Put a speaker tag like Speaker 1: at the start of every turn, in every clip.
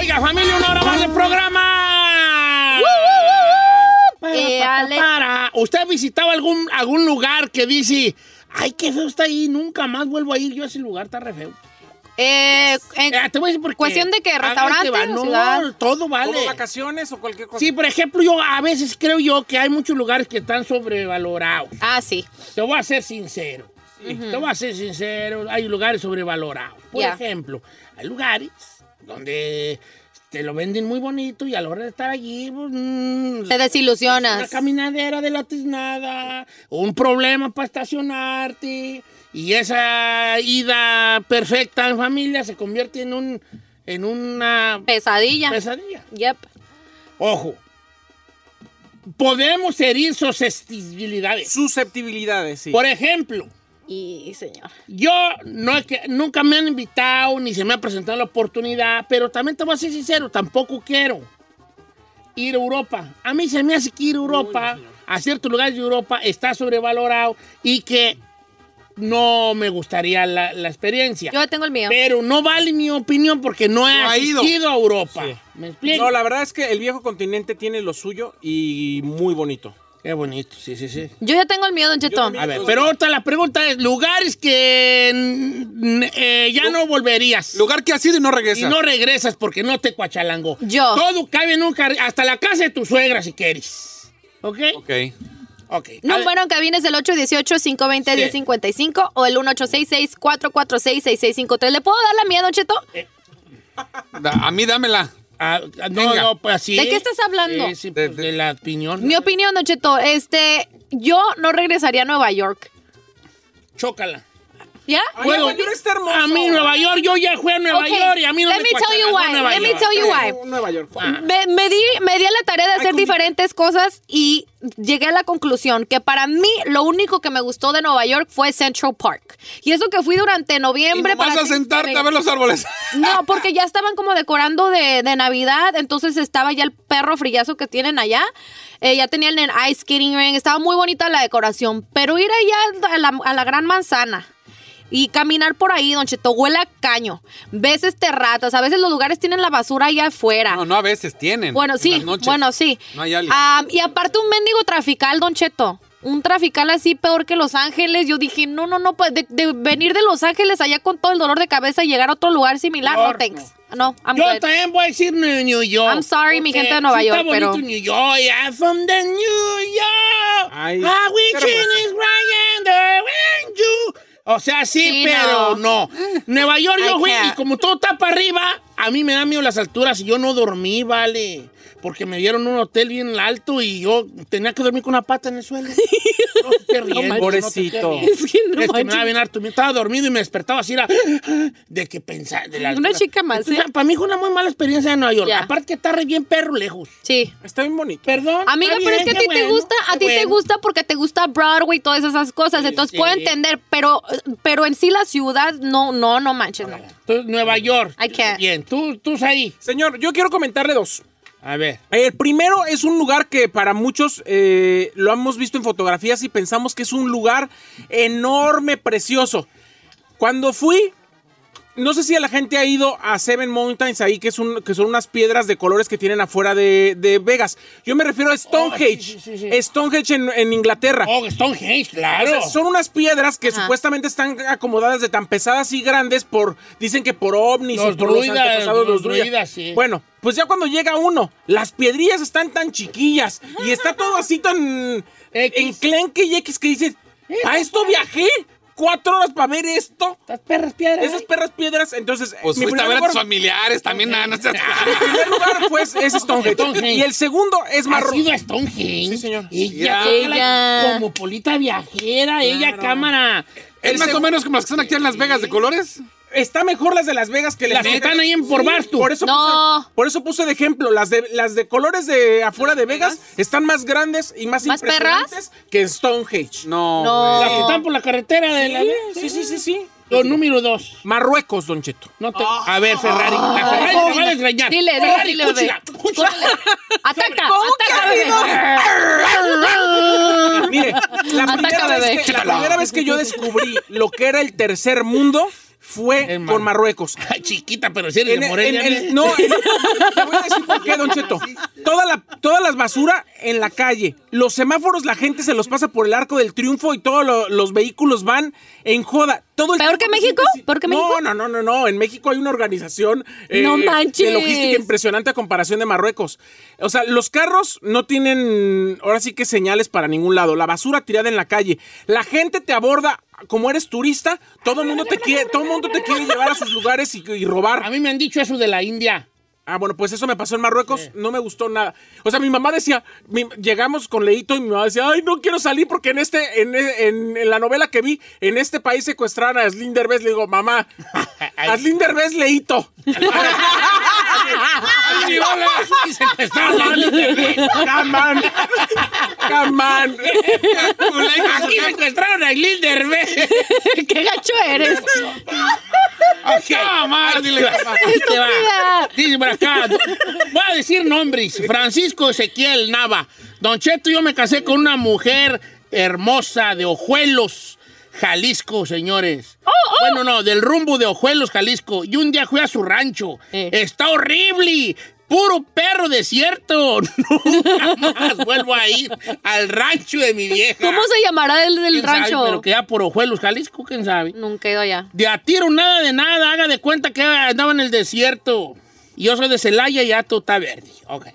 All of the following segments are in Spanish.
Speaker 1: Oiga, familia, una hora más de programa.
Speaker 2: Eh, Ale.
Speaker 1: Para. ¿Usted ha visitado algún, algún lugar que dice, ay, qué feo está ahí, nunca más vuelvo a ir yo a ese lugar, está re feo?
Speaker 2: Eh, en-
Speaker 1: Eh, te voy a decir por qué.
Speaker 2: Cuestión de que
Speaker 1: Hágate,
Speaker 2: restaurante,
Speaker 1: va,
Speaker 2: o ciudad.
Speaker 1: no, todo vale.
Speaker 3: ¿Como vacaciones o cualquier cosa?
Speaker 1: Sí, por ejemplo, yo a veces creo yo que hay muchos lugares que están sobrevalorados.
Speaker 2: ah, sí.
Speaker 1: Te voy a ser sincero. Te voy a ser sincero. Hay lugares sobrevalorados. Por
Speaker 2: Ya.
Speaker 1: ejemplo, hay lugares donde te lo venden muy bonito y a la hora de estar allí, pues, mm,
Speaker 2: Te
Speaker 1: una
Speaker 2: desilusionas.
Speaker 1: caminadera de la tiznada, un problema para estacionarte. Y esa ida perfecta en familia se convierte en un en una
Speaker 2: Pesadilla.
Speaker 1: pesadilla.
Speaker 2: Yep.
Speaker 1: Ojo. Podemos herir susceptibilidades.
Speaker 3: Susceptibilidades, sí.
Speaker 1: Por ejemplo,
Speaker 2: Y, señor.
Speaker 1: yo no es que nunca me han invitado ni se me ha presentado la oportunidad, pero también te voy a ser sincero, tampoco quiero ir a Europa. A mí se me hace que ir a Europa, a ciertos lugares de Europa, está sobrevalorado y que no me gustaría la, la experiencia.
Speaker 2: Yo tengo el mío.
Speaker 1: pero no vale mi opinión porque no he
Speaker 3: No ha ido.
Speaker 1: asistido a Europa.
Speaker 3: Sí.
Speaker 1: ¿Me explico?
Speaker 3: No, la verdad es que el viejo continente tiene lo suyo y muy bonito.
Speaker 1: Qué bonito, sí, sí, sí.
Speaker 2: Yo ya tengo el mío, Don Cheto.
Speaker 3: también.
Speaker 1: A ver, pero ahorita la pregunta es, lugares que mm, eh, ya no volverías.
Speaker 3: Lugar que ha sido y no
Speaker 1: Y
Speaker 3: regresa.
Speaker 1: no regresas porque no te cuachalangó.
Speaker 2: Yo.
Speaker 1: Todo cabe en un carri- Hasta la casa de tu suegra si quieres. ¿Ok?
Speaker 3: Ok.
Speaker 1: Ok. Ah, A ver,
Speaker 2: Número en cabina es el 818-520-1055 o el 1866-446-6653. ¿Le puedo dar la mía, Don Cheto?
Speaker 1: Eh,
Speaker 4: Da- a mí dámela.
Speaker 1: ah, ah, no,
Speaker 4: Venga.
Speaker 1: no, pues así.
Speaker 2: ¿De qué estás hablando?
Speaker 1: Sí, sí, pues, de, la opinión.
Speaker 2: Mi opinión, Don Cheto, este, yo no regresaría a Nueva York.
Speaker 1: Chócala.
Speaker 2: ¿Ya?
Speaker 3: Ay, Nueva York está hermoso.
Speaker 1: A mí Nueva York, yo ya fui a Nueva
Speaker 2: Ok,
Speaker 1: York y a mí no
Speaker 2: let
Speaker 1: me
Speaker 2: me tell you
Speaker 1: cuachalangó
Speaker 2: why,
Speaker 1: Nueva
Speaker 2: let me
Speaker 1: York.
Speaker 2: tell you why.
Speaker 3: Eh, Nueva York.
Speaker 1: Ah.
Speaker 2: Me, me di, me di a la tarea de hacer diferentes cosas y llegué a la conclusión que para mí lo único que me gustó de Nueva York fue Central Park. Y eso que fui durante noviembre
Speaker 4: Vas
Speaker 2: para
Speaker 4: a sentarte
Speaker 2: Thanksgiving.
Speaker 4: a ver los árboles.
Speaker 2: No, porque ya estaban como decorando de, de Navidad, entonces estaba ya el perro frillazo que tienen allá. Eh, ya tenían el ice skating ring, estaba muy bonita la decoración. Pero ir allá a la, a la gran manzana y caminar por ahí, Don Cheto, huele a caño. Ves este ratas, a veces los lugares tienen la basura allá afuera.
Speaker 4: No, no, a veces tienen.
Speaker 2: Bueno,
Speaker 4: en
Speaker 2: sí,
Speaker 4: las noches.
Speaker 2: bueno, sí.
Speaker 4: No hay alguien.
Speaker 2: Ah, y aparte un mendigo trafical, Don Cheto. Un trafical así peor que Los Ángeles. Yo dije, no, no, no, pues de, de venir de Los Ángeles allá con todo el dolor de cabeza y llegar a otro lugar similar,
Speaker 1: York,
Speaker 2: no thanks. Ah, No, I'm
Speaker 1: Yo
Speaker 2: good.
Speaker 1: también voy a decir New New York.
Speaker 2: I'm sorry, mi
Speaker 1: porque
Speaker 2: gente de Nueva
Speaker 1: sí
Speaker 2: York, pero-
Speaker 1: Está bonito New York. I'm from the New York.
Speaker 3: Ay,
Speaker 1: Ah, we
Speaker 3: qué
Speaker 1: chin
Speaker 3: hermoso.
Speaker 1: is right in the wind, you. O sea, sí,
Speaker 2: Sí,
Speaker 1: pero no. Nueva York
Speaker 2: I
Speaker 1: yo fui y
Speaker 2: can't.
Speaker 1: como todo está para arriba, a mí me dan miedo las alturas y yo no dormí, vale. Porque me dieron un hotel bien alto y yo tenía que dormir con una pata en el suelo. No te ríes, no te
Speaker 3: Pobrecito.
Speaker 1: ríes.
Speaker 2: Es que no
Speaker 1: Es que me
Speaker 2: manches.
Speaker 1: daba bien harto. Me estaba dormido y me despertaba así, era, de que pensar. De la
Speaker 2: Una
Speaker 1: altura.
Speaker 2: chica más,
Speaker 1: Entonces,
Speaker 2: ¿eh?
Speaker 1: Para mí fue una muy mala experiencia en Nueva York.
Speaker 2: Ya.
Speaker 1: Aparte que está re bien perro lejos.
Speaker 2: Sí.
Speaker 3: Está bien bonito.
Speaker 1: Perdón.
Speaker 2: Amiga,
Speaker 1: está
Speaker 2: pero es que
Speaker 1: bien,
Speaker 2: a ti
Speaker 1: qué
Speaker 2: te
Speaker 1: bueno,
Speaker 2: gusta, a
Speaker 1: qué
Speaker 2: ti te
Speaker 1: bueno.
Speaker 2: gusta porque te gusta Broadway y todas esas cosas. Entonces
Speaker 1: sí.
Speaker 2: puedo entender, pero, pero en sí la ciudad, no, no, no manches, no.
Speaker 1: Tú, Nueva York.
Speaker 2: I can't.
Speaker 1: Bien, tú, tú ahí.
Speaker 3: Señor, yo quiero comentarle dos.
Speaker 1: A ver.
Speaker 3: El Eh, primero es un lugar que para muchos eh, lo hemos visto en fotografías y pensamos que es un lugar enorme, precioso. Cuando fui, no sé si la gente ha ido a Seven Mountains ahí, que, es un- que son unas piedras de colores que tienen afuera de, de Vegas. Yo me refiero a Stonehenge.
Speaker 1: Oh, sí, sí, sí.
Speaker 3: Stonehenge en, en Inglaterra.
Speaker 1: Oh, Stonehenge, claro.
Speaker 3: O sea, son unas piedras que
Speaker 2: Ajá.
Speaker 3: supuestamente están acomodadas de tan pesadas y grandes por, dicen que por ovnis
Speaker 1: Los
Speaker 3: y por
Speaker 1: druidas,
Speaker 3: antepasados de
Speaker 1: los druidas, sí.
Speaker 3: Bueno, pues ya cuando llega uno, las piedrillas están tan chiquillas y está todo así tan
Speaker 1: X. Eh,
Speaker 3: enclenque y X que dices, ¿a esto viajé? ¿Cuatro horas para ver esto?
Speaker 1: Estas perras piedras.
Speaker 3: Esas perras piedras, entonces... eh,
Speaker 4: Pues
Speaker 3: mi
Speaker 4: fuiste a
Speaker 3: primer
Speaker 4: ver a
Speaker 3: lugar-
Speaker 4: tus familiares también, nada, no seas-
Speaker 3: mi primer lugar fue ese Stonehenge.
Speaker 1: Stonehenge.
Speaker 3: Y el segundo es más...
Speaker 1: Ha
Speaker 3: ro-
Speaker 1: sido a Stonehenge.
Speaker 3: Sí, señor.
Speaker 1: Ella,
Speaker 4: Ya.
Speaker 1: ella.
Speaker 2: Ella.
Speaker 1: cosmopolita viajera, ella cámara.
Speaker 4: Es más o menos como las que están aquí en Las Vegas de colores.
Speaker 3: Está mejor las de Las Vegas que
Speaker 1: Las que están ahí en por Bastu.
Speaker 3: Por eso,
Speaker 2: No.
Speaker 3: puse, por eso puse de ejemplo, las de, las de colores de afuera de Vegas están más grandes y más,
Speaker 2: ¿Más
Speaker 3: impresionantes que Stonehenge.
Speaker 4: No.
Speaker 2: No.
Speaker 1: Las que están por la carretera de la.
Speaker 3: Sí, sí, sí, sí.
Speaker 1: Los número dos.
Speaker 3: Marruecos, Don Cheto.
Speaker 1: No te- A ver, Ferrari. La Ferrari te va a desgreñar.
Speaker 2: Oh. Dile,
Speaker 1: Ferrari,
Speaker 2: dile, bebé.
Speaker 1: cúchila, cúchila.
Speaker 2: Ataca, ataca, bebé.
Speaker 3: Mire, la primera,
Speaker 2: bebé.
Speaker 3: vez que, la primera vez que yo descubrí lo que era el tercer mundo fue
Speaker 1: En Mar-
Speaker 3: con Marruecos.
Speaker 1: Chiquita, pero si eres
Speaker 3: En
Speaker 1: de
Speaker 3: el-
Speaker 1: Morelia.
Speaker 3: en el-
Speaker 1: ¿eh?
Speaker 3: no, en el- te voy a decir por qué, Don Cheto. Toda la, todas las basura en la calle. Los semáforos, la gente se los pasa por el arco del triunfo y todos lo- los vehículos van en joda. Todo el
Speaker 2: ¿Peor que
Speaker 3: tiempo te
Speaker 2: México?
Speaker 3: sientes-
Speaker 2: ¿Peor que
Speaker 3: No,
Speaker 2: México?
Speaker 3: No, no, no, no. En México hay una organización eh,
Speaker 2: No
Speaker 3: de
Speaker 2: manches.
Speaker 3: logística impresionante a comparación de Marruecos. O sea, los carros no tienen ahora sí que señales para ningún lado. La basura tirada en la calle. La gente te aborda. Como eres turista, todo el mundo te quiere, todo el mundo te quiere llevar a sus lugares y- y robar.
Speaker 1: A mí me han dicho eso de la India.
Speaker 3: Ah, bueno, pues eso me pasó en Marruecos, no me gustó nada. O sea, mi mamá decía, mi- llegamos con Leito y mi mamá decía, ay, no quiero salir porque en este, en, en- en la novela que vi, en este país secuestraron a Aslín Derbez. Le digo, mamá, Aslín Derbez, Leito.
Speaker 1: ¡Ay, Y se te está hablando de mí.
Speaker 3: Come on, come on.
Speaker 1: Aquí
Speaker 4: "Ah,
Speaker 1: secuestraron a Aileen Derbez.
Speaker 2: ¡Qué gacho eres!
Speaker 4: ah,
Speaker 1: Acá, Omar, dile que va. Este va. Dice por acá. do- Voy a decir nombres. Francisco Ezequiel Nava. Don Cheto, yo me casé con una mujer hermosa de Ojuelos, Jalisco, señores.
Speaker 2: Oh,
Speaker 1: Bueno, no, del rumbo de Ojuelos, Jalisco. Y un día fui a su rancho.
Speaker 2: Eh.
Speaker 1: Está horrible. Puro perro desierto. Nunca más vuelvo a ir al rancho de mi vieja.
Speaker 2: ¿Cómo se llamará el del
Speaker 1: ¿Quién sabe?
Speaker 2: rancho?
Speaker 1: pero que ya por Ojuelos, Jalisco, quién sabe.
Speaker 2: Nunca he ido allá.
Speaker 1: De a tiro, nada de nada. Haga de cuenta que andaba en el desierto. Y Yo soy de Celaya y Ato está verde. Ok.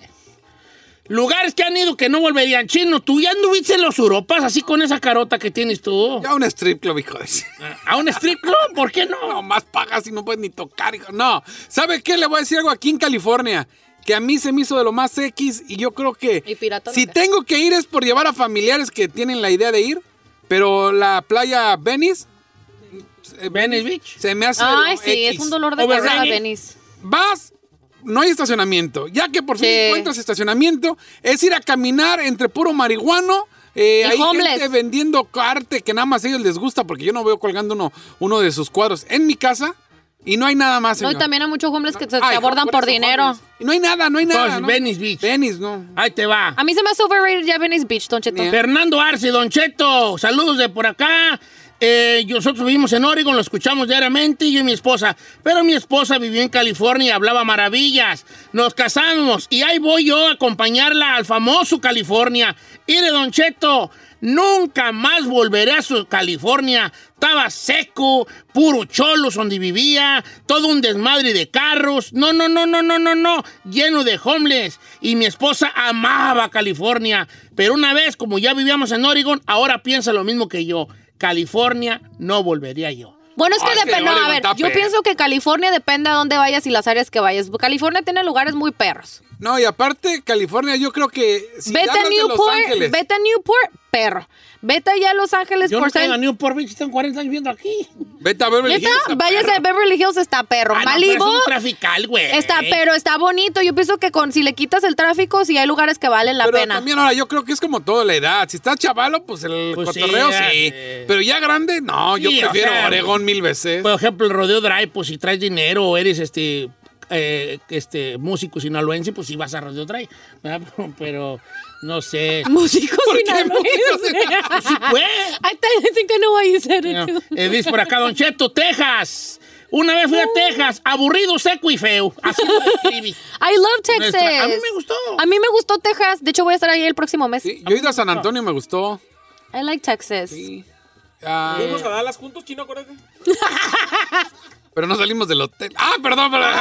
Speaker 1: Lugares que han ido que no volverían. Chino, tú ya anduviste en los Europas así con esa carota que tienes tú.
Speaker 4: Ya un strip club, hijo de ese.
Speaker 1: ¿A un strip club? ¿Por qué
Speaker 4: No,
Speaker 1: no?
Speaker 4: más pagas y no puedes ni tocar, hijo. No. ¿Sabe qué? Le voy a decir algo aquí en California. Que a mí se me hizo de lo más X y yo creo que.
Speaker 2: ¿Y piratón o
Speaker 4: Si
Speaker 2: qué?
Speaker 4: tengo que ir es por llevar a familiares que tienen la idea de ir, pero la playa Venice. eh,
Speaker 1: Venice Beach.
Speaker 4: Se me hace. de lo
Speaker 2: Ay, sí,
Speaker 4: X.
Speaker 2: es un dolor de
Speaker 1: Overrated.
Speaker 2: cabeza, Venice.
Speaker 4: Vas, no hay estacionamiento. Ya que por fin
Speaker 2: Sí.
Speaker 4: encuentras estacionamiento, es ir a caminar entre puro marihuano. eh,
Speaker 2: Y
Speaker 4: hay
Speaker 2: homeless.
Speaker 4: gente vendiendo arte que nada más a ellos les gusta porque yo no veo colgando uno, uno de sus cuadros en mi casa y no hay nada más.
Speaker 2: No, y
Speaker 4: señor.
Speaker 2: también hay muchos hombres que se te
Speaker 4: Ay,
Speaker 2: abordan
Speaker 4: por
Speaker 2: por
Speaker 4: eso,
Speaker 2: dinero.
Speaker 4: homeless. Y no hay nada, no hay nada.
Speaker 1: Entonces,
Speaker 4: ¿no?
Speaker 1: Venice Beach.
Speaker 4: Pues, Venice, no.
Speaker 1: Ahí te va.
Speaker 2: A mí se me hace overrated ya Venice Beach, Don Cheto.
Speaker 4: Bien.
Speaker 1: Fernando Arce, Don Cheto, saludos de por acá. Eh, nosotros vivimos en Oregon, lo escuchamos diariamente, yo y mi esposa. Pero mi esposa vivió en California y hablaba maravillas. Nos casamos y ahí voy yo a acompañarla al famoso California. Mire, Don Cheto, nunca más volveré a su California. Estaba seco, puro cholos donde vivía, todo un desmadre de carros. No, no, no, no, no, no, no, lleno de homeless. Y mi esposa amaba California. Pero una vez, como ya vivíamos en Oregon, ahora piensa lo mismo que yo. California no volvería yo.
Speaker 2: Bueno, es que
Speaker 4: Ay, que
Speaker 2: depende. No,
Speaker 4: Oregon
Speaker 2: a ver,
Speaker 4: está
Speaker 2: yo
Speaker 4: perro.
Speaker 2: pienso que California depende a dónde vayas y las áreas que vayas. California tiene lugares muy perros.
Speaker 4: No, y aparte, California, yo creo que. Si
Speaker 2: vete a
Speaker 4: hablas de Los
Speaker 2: Newport,
Speaker 4: Ángeles-
Speaker 2: vete a Newport, perro. Vete allá a Los Ángeles
Speaker 1: Yo
Speaker 2: por
Speaker 1: no tengo
Speaker 2: ser.
Speaker 1: ni un por mí, si tengo 40 años viendo aquí.
Speaker 4: Vete a Beverly
Speaker 2: Neta,
Speaker 4: Hills, a
Speaker 2: vayas a Beverly Hills, está perro.
Speaker 1: Ah, no, pero
Speaker 2: Malibu.
Speaker 1: es un trafical, güey.
Speaker 2: Está, pero está bonito. Yo pienso que con si le quitas el tráfico, si hay lugares que valen la
Speaker 4: pero
Speaker 2: pena.
Speaker 4: también ahora yo creo que es como toda la edad. Si estás chavalo, pues el
Speaker 1: Pues sí,
Speaker 4: cotorreo sí.
Speaker 1: ya, eh.
Speaker 4: Pero ya grande, no, yo
Speaker 1: Sí, o
Speaker 4: prefiero
Speaker 1: sea, pues,
Speaker 4: Oregón mil veces.
Speaker 1: Por ejemplo, el rodeo drive, pues si traes dinero o eres este, eh, este músico sinaloense, pues si vas a rodeo drive. ¿verdad? Pero, pero no sé.
Speaker 2: Músicos sinaloenses.
Speaker 1: Sí, pues.
Speaker 2: I think I know why you said it,
Speaker 1: No.
Speaker 2: too.
Speaker 1: Eh, dice por acá, Don Cheto, Texas. Una vez fui a Texas, aburrido, seco y feo. Así lo describí.
Speaker 2: I love Texas.
Speaker 1: Nuestra- a mí me gustó.
Speaker 2: A mí me gustó Texas. De hecho, voy a estar ahí el próximo mes.
Speaker 4: Sí, yo he ido a San Antonio, me gustó.
Speaker 2: I like Texas.
Speaker 4: Ah,
Speaker 3: Fuimos a Dallas juntos, chino, acuérdate.
Speaker 4: pero no salimos del hotel. Ah, perdón, perdón.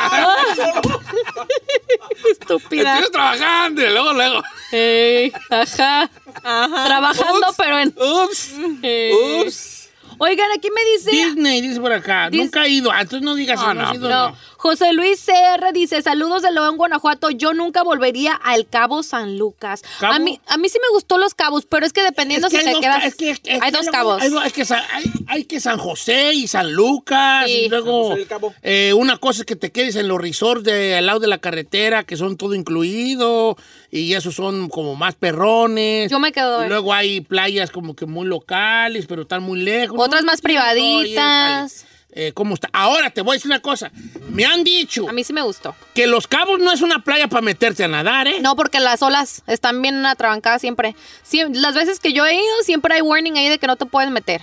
Speaker 2: Estúpida.
Speaker 4: Estuvimos trabajando y luego, luego.
Speaker 2: Ey, ajá. Trabajando, pero en.
Speaker 4: Ups,
Speaker 2: Ey.
Speaker 4: ups.
Speaker 2: Oigan, aquí me dice.
Speaker 1: Disney, dice por acá.
Speaker 2: Dis-
Speaker 1: Nunca he ido. Ah, Entonces no digas
Speaker 4: Ah,
Speaker 1: si no, has
Speaker 4: no,
Speaker 1: ido,
Speaker 2: No.
Speaker 1: no.
Speaker 2: José Luis CR dice, saludos de León, Guanajuato. Yo nunca volvería al Cabo San Lucas.
Speaker 1: ¿Cabo?
Speaker 2: A mí, a mí sí me gustó los cabos, pero es que dependiendo
Speaker 1: Es que
Speaker 2: si te
Speaker 1: dos-
Speaker 2: quedas.
Speaker 1: es que- es que- es
Speaker 2: hay
Speaker 1: que
Speaker 2: dos
Speaker 1: luego-
Speaker 2: cabos.
Speaker 1: Hay, hay que, San- hay- hay que San José y San Lucas.
Speaker 2: Sí.
Speaker 1: Y luego,
Speaker 3: San José del Cabo.
Speaker 1: eh, una cosa es que te quedes en los resorts de, al lado de la carretera, que son todo incluido. Y esos son como más perrones.
Speaker 2: Yo me quedo. eh.
Speaker 1: Y luego hay playas como que muy locales, pero están muy lejos.
Speaker 2: Otras más privaditas.
Speaker 1: Eh, ¿Cómo está? Ahora te voy a decir una cosa. Me han dicho
Speaker 2: A mí sí me gustó.
Speaker 1: que Los Cabos no es una playa para meterte a nadar, ¿eh?
Speaker 2: No, porque las olas están bien atrabancadas siempre. Siem- las veces que yo he ido, siempre hay warning ahí de que no te puedes meter.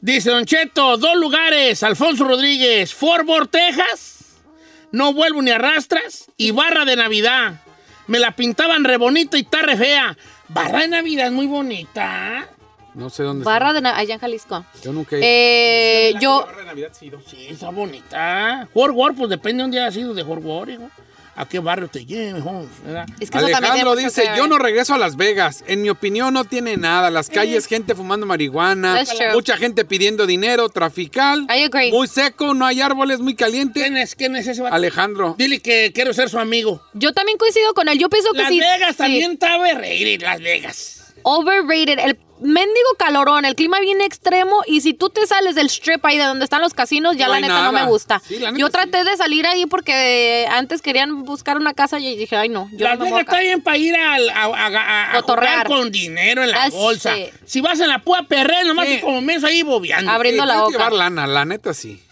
Speaker 1: Dice Don Cheto, dos lugares, Alfonso Rodríguez, Fort Worth, Texas, no vuelvo ni arrastras, y Barra de Navidad. Me la pintaban re bonita y está re fea. Barra de Navidad es muy bonita.
Speaker 4: No sé dónde.
Speaker 2: Barra de Navidad, allá en Jalisco.
Speaker 4: está. Yo nunca he
Speaker 2: Eh, yo,
Speaker 3: Barra de Navidad, sí, no.
Speaker 1: Sí, está bonita. Fort Worth, pues depende de dónde hayas ido de Fort Worth, hijo. A qué barrio te lleves, hijo, ¿verdad?
Speaker 2: es que eso también tiene
Speaker 4: Alejandro
Speaker 2: mucho que
Speaker 4: dice,
Speaker 2: ver.
Speaker 4: yo no regreso a Las Vegas. En mi opinión no tiene nada. Las calles, gente fumando marihuana,
Speaker 2: That's true.
Speaker 4: mucha gente pidiendo dinero, trafical,
Speaker 2: I agree.
Speaker 4: muy seco, no hay árboles, muy caliente.
Speaker 1: ¿Quién es, quién es ese vato?
Speaker 4: Alejandro,
Speaker 1: Dile que quiero ser su amigo.
Speaker 2: Yo también coincido con él. Yo pienso que
Speaker 1: Las
Speaker 2: pues sí.
Speaker 1: Vegas
Speaker 2: sí.
Speaker 1: también está berreír, Las Vegas.
Speaker 2: Overrated. El mendigo calorón, el clima bien extremo. Y si tú te sales del strip ahí de donde están los casinos, ya
Speaker 4: No
Speaker 2: la
Speaker 4: hay
Speaker 2: neta no
Speaker 4: nada.
Speaker 2: me gusta.
Speaker 4: Sí, la neta
Speaker 2: yo
Speaker 4: sí.
Speaker 2: traté de salir ahí porque eh, antes querían buscar una casa y dije, ay no, yo
Speaker 1: Las
Speaker 2: no me voy
Speaker 1: Vegas
Speaker 2: acá.
Speaker 1: está bien para ir al- a, a- a- a
Speaker 2: Cotorrear.
Speaker 1: jugar con dinero en la
Speaker 2: Ah,
Speaker 1: bolsa.
Speaker 2: sí.
Speaker 1: Si vas en la púa perrer, nomás
Speaker 4: Sí.
Speaker 1: que como menso ahí bobeando.
Speaker 2: Abre- Abriendo
Speaker 4: Sí,
Speaker 2: la
Speaker 4: tienes eh, que
Speaker 2: boca.
Speaker 4: llevar lana, la neta sí.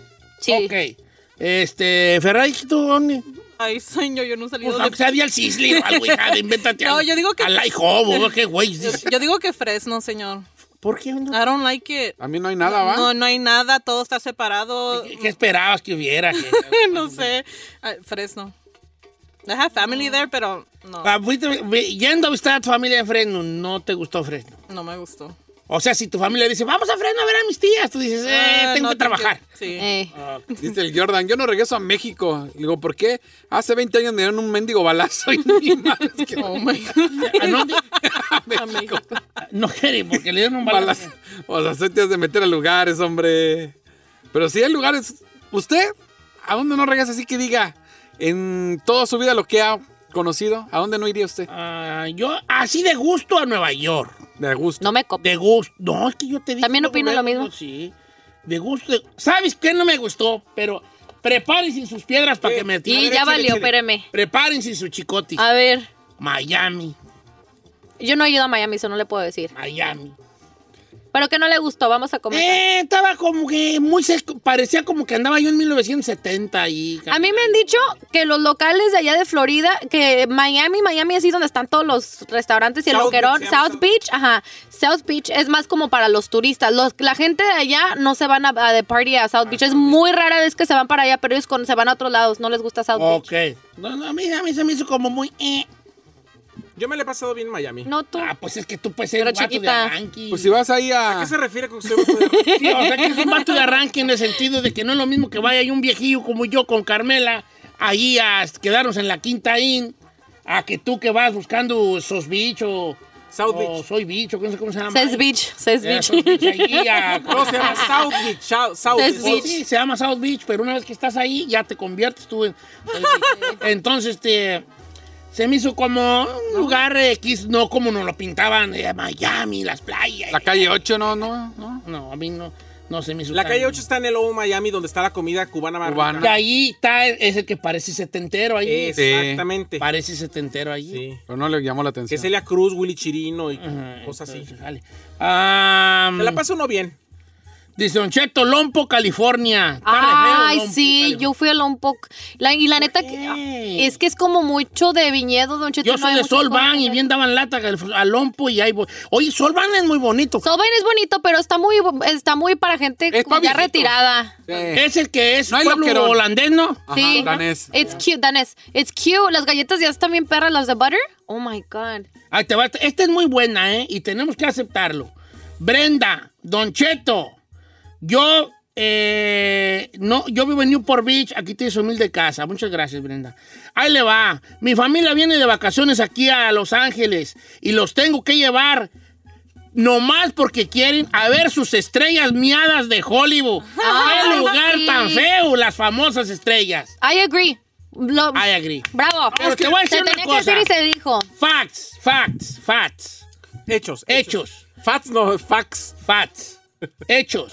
Speaker 2: Sí.
Speaker 1: Ok. Este, Ferrari, ¿tú dónde?
Speaker 5: Ay, sueño, yo no he salido
Speaker 1: Pues
Speaker 5: de...
Speaker 1: aunque sea día al Sisley o algo, hija, de, invéntate
Speaker 5: No,
Speaker 1: algo.
Speaker 5: yo digo que-
Speaker 1: Al like hobo, qué güey.
Speaker 5: Yo, yo digo que Fresno, señor.
Speaker 1: ¿Por qué? no?
Speaker 5: I don't like it.
Speaker 4: A mí no hay nada, ¿va?
Speaker 5: No, no hay nada, todo está separado.
Speaker 1: ¿Qué, qué esperabas que hubiera? Que-
Speaker 5: no sé. Ay, Fresno. I have family there, pero no,
Speaker 1: Ah, fuiste- vi- Yendo a visitar a tu familia en Fresno, no te gustó Fresno.
Speaker 5: no me gustó.
Speaker 1: O sea, si tu familia dice, vamos a Fresno a ver a mis tías, tú dices, eh,
Speaker 5: Ah,
Speaker 1: tengo
Speaker 5: no,
Speaker 1: que trabajar.
Speaker 5: Sí.
Speaker 2: Eh.
Speaker 4: Dice el Jordan, yo no regreso a México. Le Digo, ¿por qué? Hace 20 años me dieron un mendigo balazo y ni más que
Speaker 5: Oh my God.
Speaker 1: Ah, no,
Speaker 4: a México.
Speaker 1: no queremos porque le dieron un balazo.
Speaker 4: Balazo. O sea, se te has de meter a lugares, hombre. Pero si hay lugares, ¿usted a dónde no regresa así que diga en toda su vida lo que ha conocido? ¿A dónde no iría usted?
Speaker 1: Ah, yo, así de gusto a Nueva York.
Speaker 4: De gusto.
Speaker 2: No me copio.
Speaker 1: De gusto. No, es que yo te dije.
Speaker 2: También opino
Speaker 1: luego,
Speaker 2: lo mismo.
Speaker 1: luego, Sí. De gusto. de- ¿Sabes qué no me gustó? Pero prepárense sus piedras para que me
Speaker 2: Y
Speaker 1: tiren.
Speaker 2: ya valió, espéreme.
Speaker 1: Prepárense sus chicotis.
Speaker 2: A ver,
Speaker 1: Miami,
Speaker 2: yo no he ido a Miami, eso no le puedo decir.
Speaker 1: Miami.
Speaker 2: Pero que no le gustó, vamos a comer.
Speaker 1: Eh, estaba como que muy seco. Parecía como que andaba yo en 1970 y.
Speaker 2: A mí me han dicho que los locales de allá de Florida, que Miami, Miami es así donde están todos los restaurantes y el
Speaker 3: South
Speaker 2: loquerón.
Speaker 3: Beach, se llama
Speaker 2: South Beach, ajá. South Beach es más como para los turistas. Los, la gente de allá no se van a, a de party a South Beach.
Speaker 1: Ah,
Speaker 2: Es muy rara vez que se van para allá, pero ellos cuando se van a otros lados no les gusta South
Speaker 1: Ok.
Speaker 2: Beach.
Speaker 1: No, no, a, mí, a mí se me hizo como muy. eh.
Speaker 3: Yo me la he pasado bien en Miami.
Speaker 2: No tú.
Speaker 1: Ah, pues es que tú puedes ser
Speaker 2: Pero
Speaker 1: un vato
Speaker 2: chiquita.
Speaker 1: de arranque.
Speaker 4: Pues si vas ahí
Speaker 3: ¿A
Speaker 4: a...
Speaker 3: qué se refiere con usted? güey?
Speaker 1: Sí, o sea que es un vato de arranque en el sentido de que no es lo mismo que vaya ahí un viejillo como yo con Carmela ahí a quedarnos en la quinta in a que tú que vas buscando sos bicho
Speaker 3: South
Speaker 1: o
Speaker 3: Beach.
Speaker 1: soy bicho, que no sé cómo se llama.
Speaker 2: South Beach, South
Speaker 1: Eh,
Speaker 2: Beach.
Speaker 1: sos bicho allí a-
Speaker 3: No, se llama South Beach. Chao, South
Speaker 2: Es
Speaker 1: Oh,
Speaker 3: Beach.
Speaker 2: Beach.
Speaker 1: sí, se llama South Beach, pero una vez que estás ahí ya te conviertes tú en... Entonces, este... Se me hizo como un lugar X, no como nos lo pintaban, eh, Miami, las playas.
Speaker 4: La calle 8, no, no, no.
Speaker 1: No, a mí no, no se me hizo
Speaker 3: La
Speaker 1: tan-
Speaker 3: calle 8 está en el Old Miami, donde está la comida cubana más
Speaker 4: Cubana.
Speaker 1: Y
Speaker 3: rica.
Speaker 1: ahí está, es el que parece setentero ahí.
Speaker 3: Exactamente.
Speaker 1: Parece setentero ahí.
Speaker 3: este. Sí.
Speaker 4: Pero no le llamó la
Speaker 3: Que
Speaker 4: atención.
Speaker 3: Celia Cruz, Willy Chirino y
Speaker 1: Ajá,
Speaker 3: cosas así.
Speaker 1: Ah, entonces, jale. Am,
Speaker 3: Se la pasa uno bien.
Speaker 1: dice Don Cheto, Lompo, California. Está re feo
Speaker 2: Ay,
Speaker 1: Lompo,
Speaker 2: sí,
Speaker 1: California.
Speaker 2: yo fui a Lompoc. La, y la neta,
Speaker 1: qué?
Speaker 2: que, ah, es que es como mucho de viñedo, Don Cheto.
Speaker 1: Yo
Speaker 2: no
Speaker 1: soy
Speaker 2: hay
Speaker 1: de
Speaker 2: muchas
Speaker 1: Solván
Speaker 2: cosas.
Speaker 1: y bien daban lata a Lompo y ahí voy. Oye, Solván es muy bonito.
Speaker 2: Soben es bonito, pero está muy, está muy para gente
Speaker 4: Es
Speaker 2: como
Speaker 4: pa'
Speaker 2: ya
Speaker 4: viejitos.
Speaker 2: retirada.
Speaker 4: Sí.
Speaker 1: es el que es
Speaker 4: No hay
Speaker 1: pueblo
Speaker 4: loquerón.
Speaker 1: holandés, ¿no?
Speaker 4: Ajá,
Speaker 2: sí.
Speaker 4: danés.
Speaker 2: It's cute, danés. It's cute. Las galletas ya están bien perras, las de butter. Oh my God.
Speaker 1: Ahí te va. Esta es muy buena, ¿eh? Y tenemos que aceptarlo. Brenda, Don Cheto, yo, eh, no, yo vivo en Newport Beach, aquí tienes humilde casa. Muchas gracias, Brenda. Ahí le va. Mi familia viene de vacaciones aquí a Los Ángeles y los tengo que llevar. Nomás porque quieren a ver sus estrellas miadas de Hollywood.
Speaker 2: Ah,
Speaker 1: ¡Qué lugar
Speaker 2: sí.
Speaker 1: tan feo! Las famosas estrellas.
Speaker 2: I agree. Lo-
Speaker 1: I agree.
Speaker 2: Bravo.
Speaker 1: Pero te voy a decir
Speaker 2: se
Speaker 1: una
Speaker 2: tenía
Speaker 1: cosa.
Speaker 2: que decir y se dijo.
Speaker 1: Facts, facts, facts.
Speaker 3: Hechos.
Speaker 1: Hechos.
Speaker 3: Fats, no, fax.
Speaker 1: Facts. Hechos.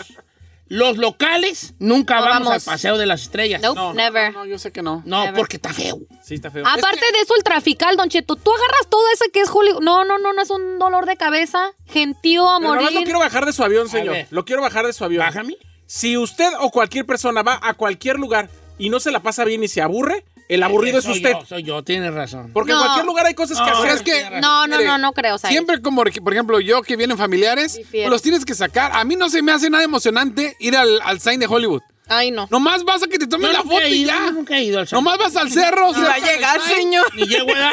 Speaker 1: Los locales nunca
Speaker 2: No
Speaker 1: vamos,
Speaker 2: vamos.
Speaker 1: al Paseo de las Estrellas.
Speaker 2: Nope,
Speaker 3: No,
Speaker 2: never.
Speaker 4: No, yo sé que no.
Speaker 1: No,
Speaker 2: Never.
Speaker 1: porque está feo.
Speaker 3: Sí, está feo.
Speaker 2: Aparte de eso, el trafical, Don Cheto. Tú agarras todo ese que es Julio. No, no, no, no es un dolor de cabeza. Gentío a
Speaker 3: Pero nomás lo
Speaker 2: morir.
Speaker 3: quiero bajar de su avión,
Speaker 1: ver.
Speaker 3: señor. Lo quiero bajar de su avión.
Speaker 1: Bájame.
Speaker 3: Si usted o cualquier persona va a cualquier lugar y no se la pasa bien y se aburre, El aburrido es
Speaker 1: Soy
Speaker 3: usted.
Speaker 1: Yo, soy yo, tiene razón.
Speaker 3: Porque en
Speaker 2: No.
Speaker 3: cualquier lugar hay cosas que
Speaker 1: No,
Speaker 3: hacer.
Speaker 4: es que-
Speaker 2: No, no,
Speaker 4: Mire,
Speaker 2: no, no creo, Said.
Speaker 4: Siempre como, por ejemplo, yo que vienen familiares,
Speaker 2: Difiero.
Speaker 4: pues los tienes que sacar. A mí no se me hace nada emocionante ir al, al sign de Hollywood.
Speaker 2: Ay, no.
Speaker 4: Nomás vas a que te tomen
Speaker 1: Yo
Speaker 4: la
Speaker 1: nunca
Speaker 4: foto
Speaker 1: he
Speaker 4: y
Speaker 1: ido,
Speaker 4: ya.
Speaker 1: yo nunca he ido al Sonic.
Speaker 4: Nomás vas al cerro.
Speaker 5: Va a
Speaker 4: cerca del
Speaker 5: llegar,
Speaker 4: sign.
Speaker 5: señor.
Speaker 1: Ni llego, ¿verdad?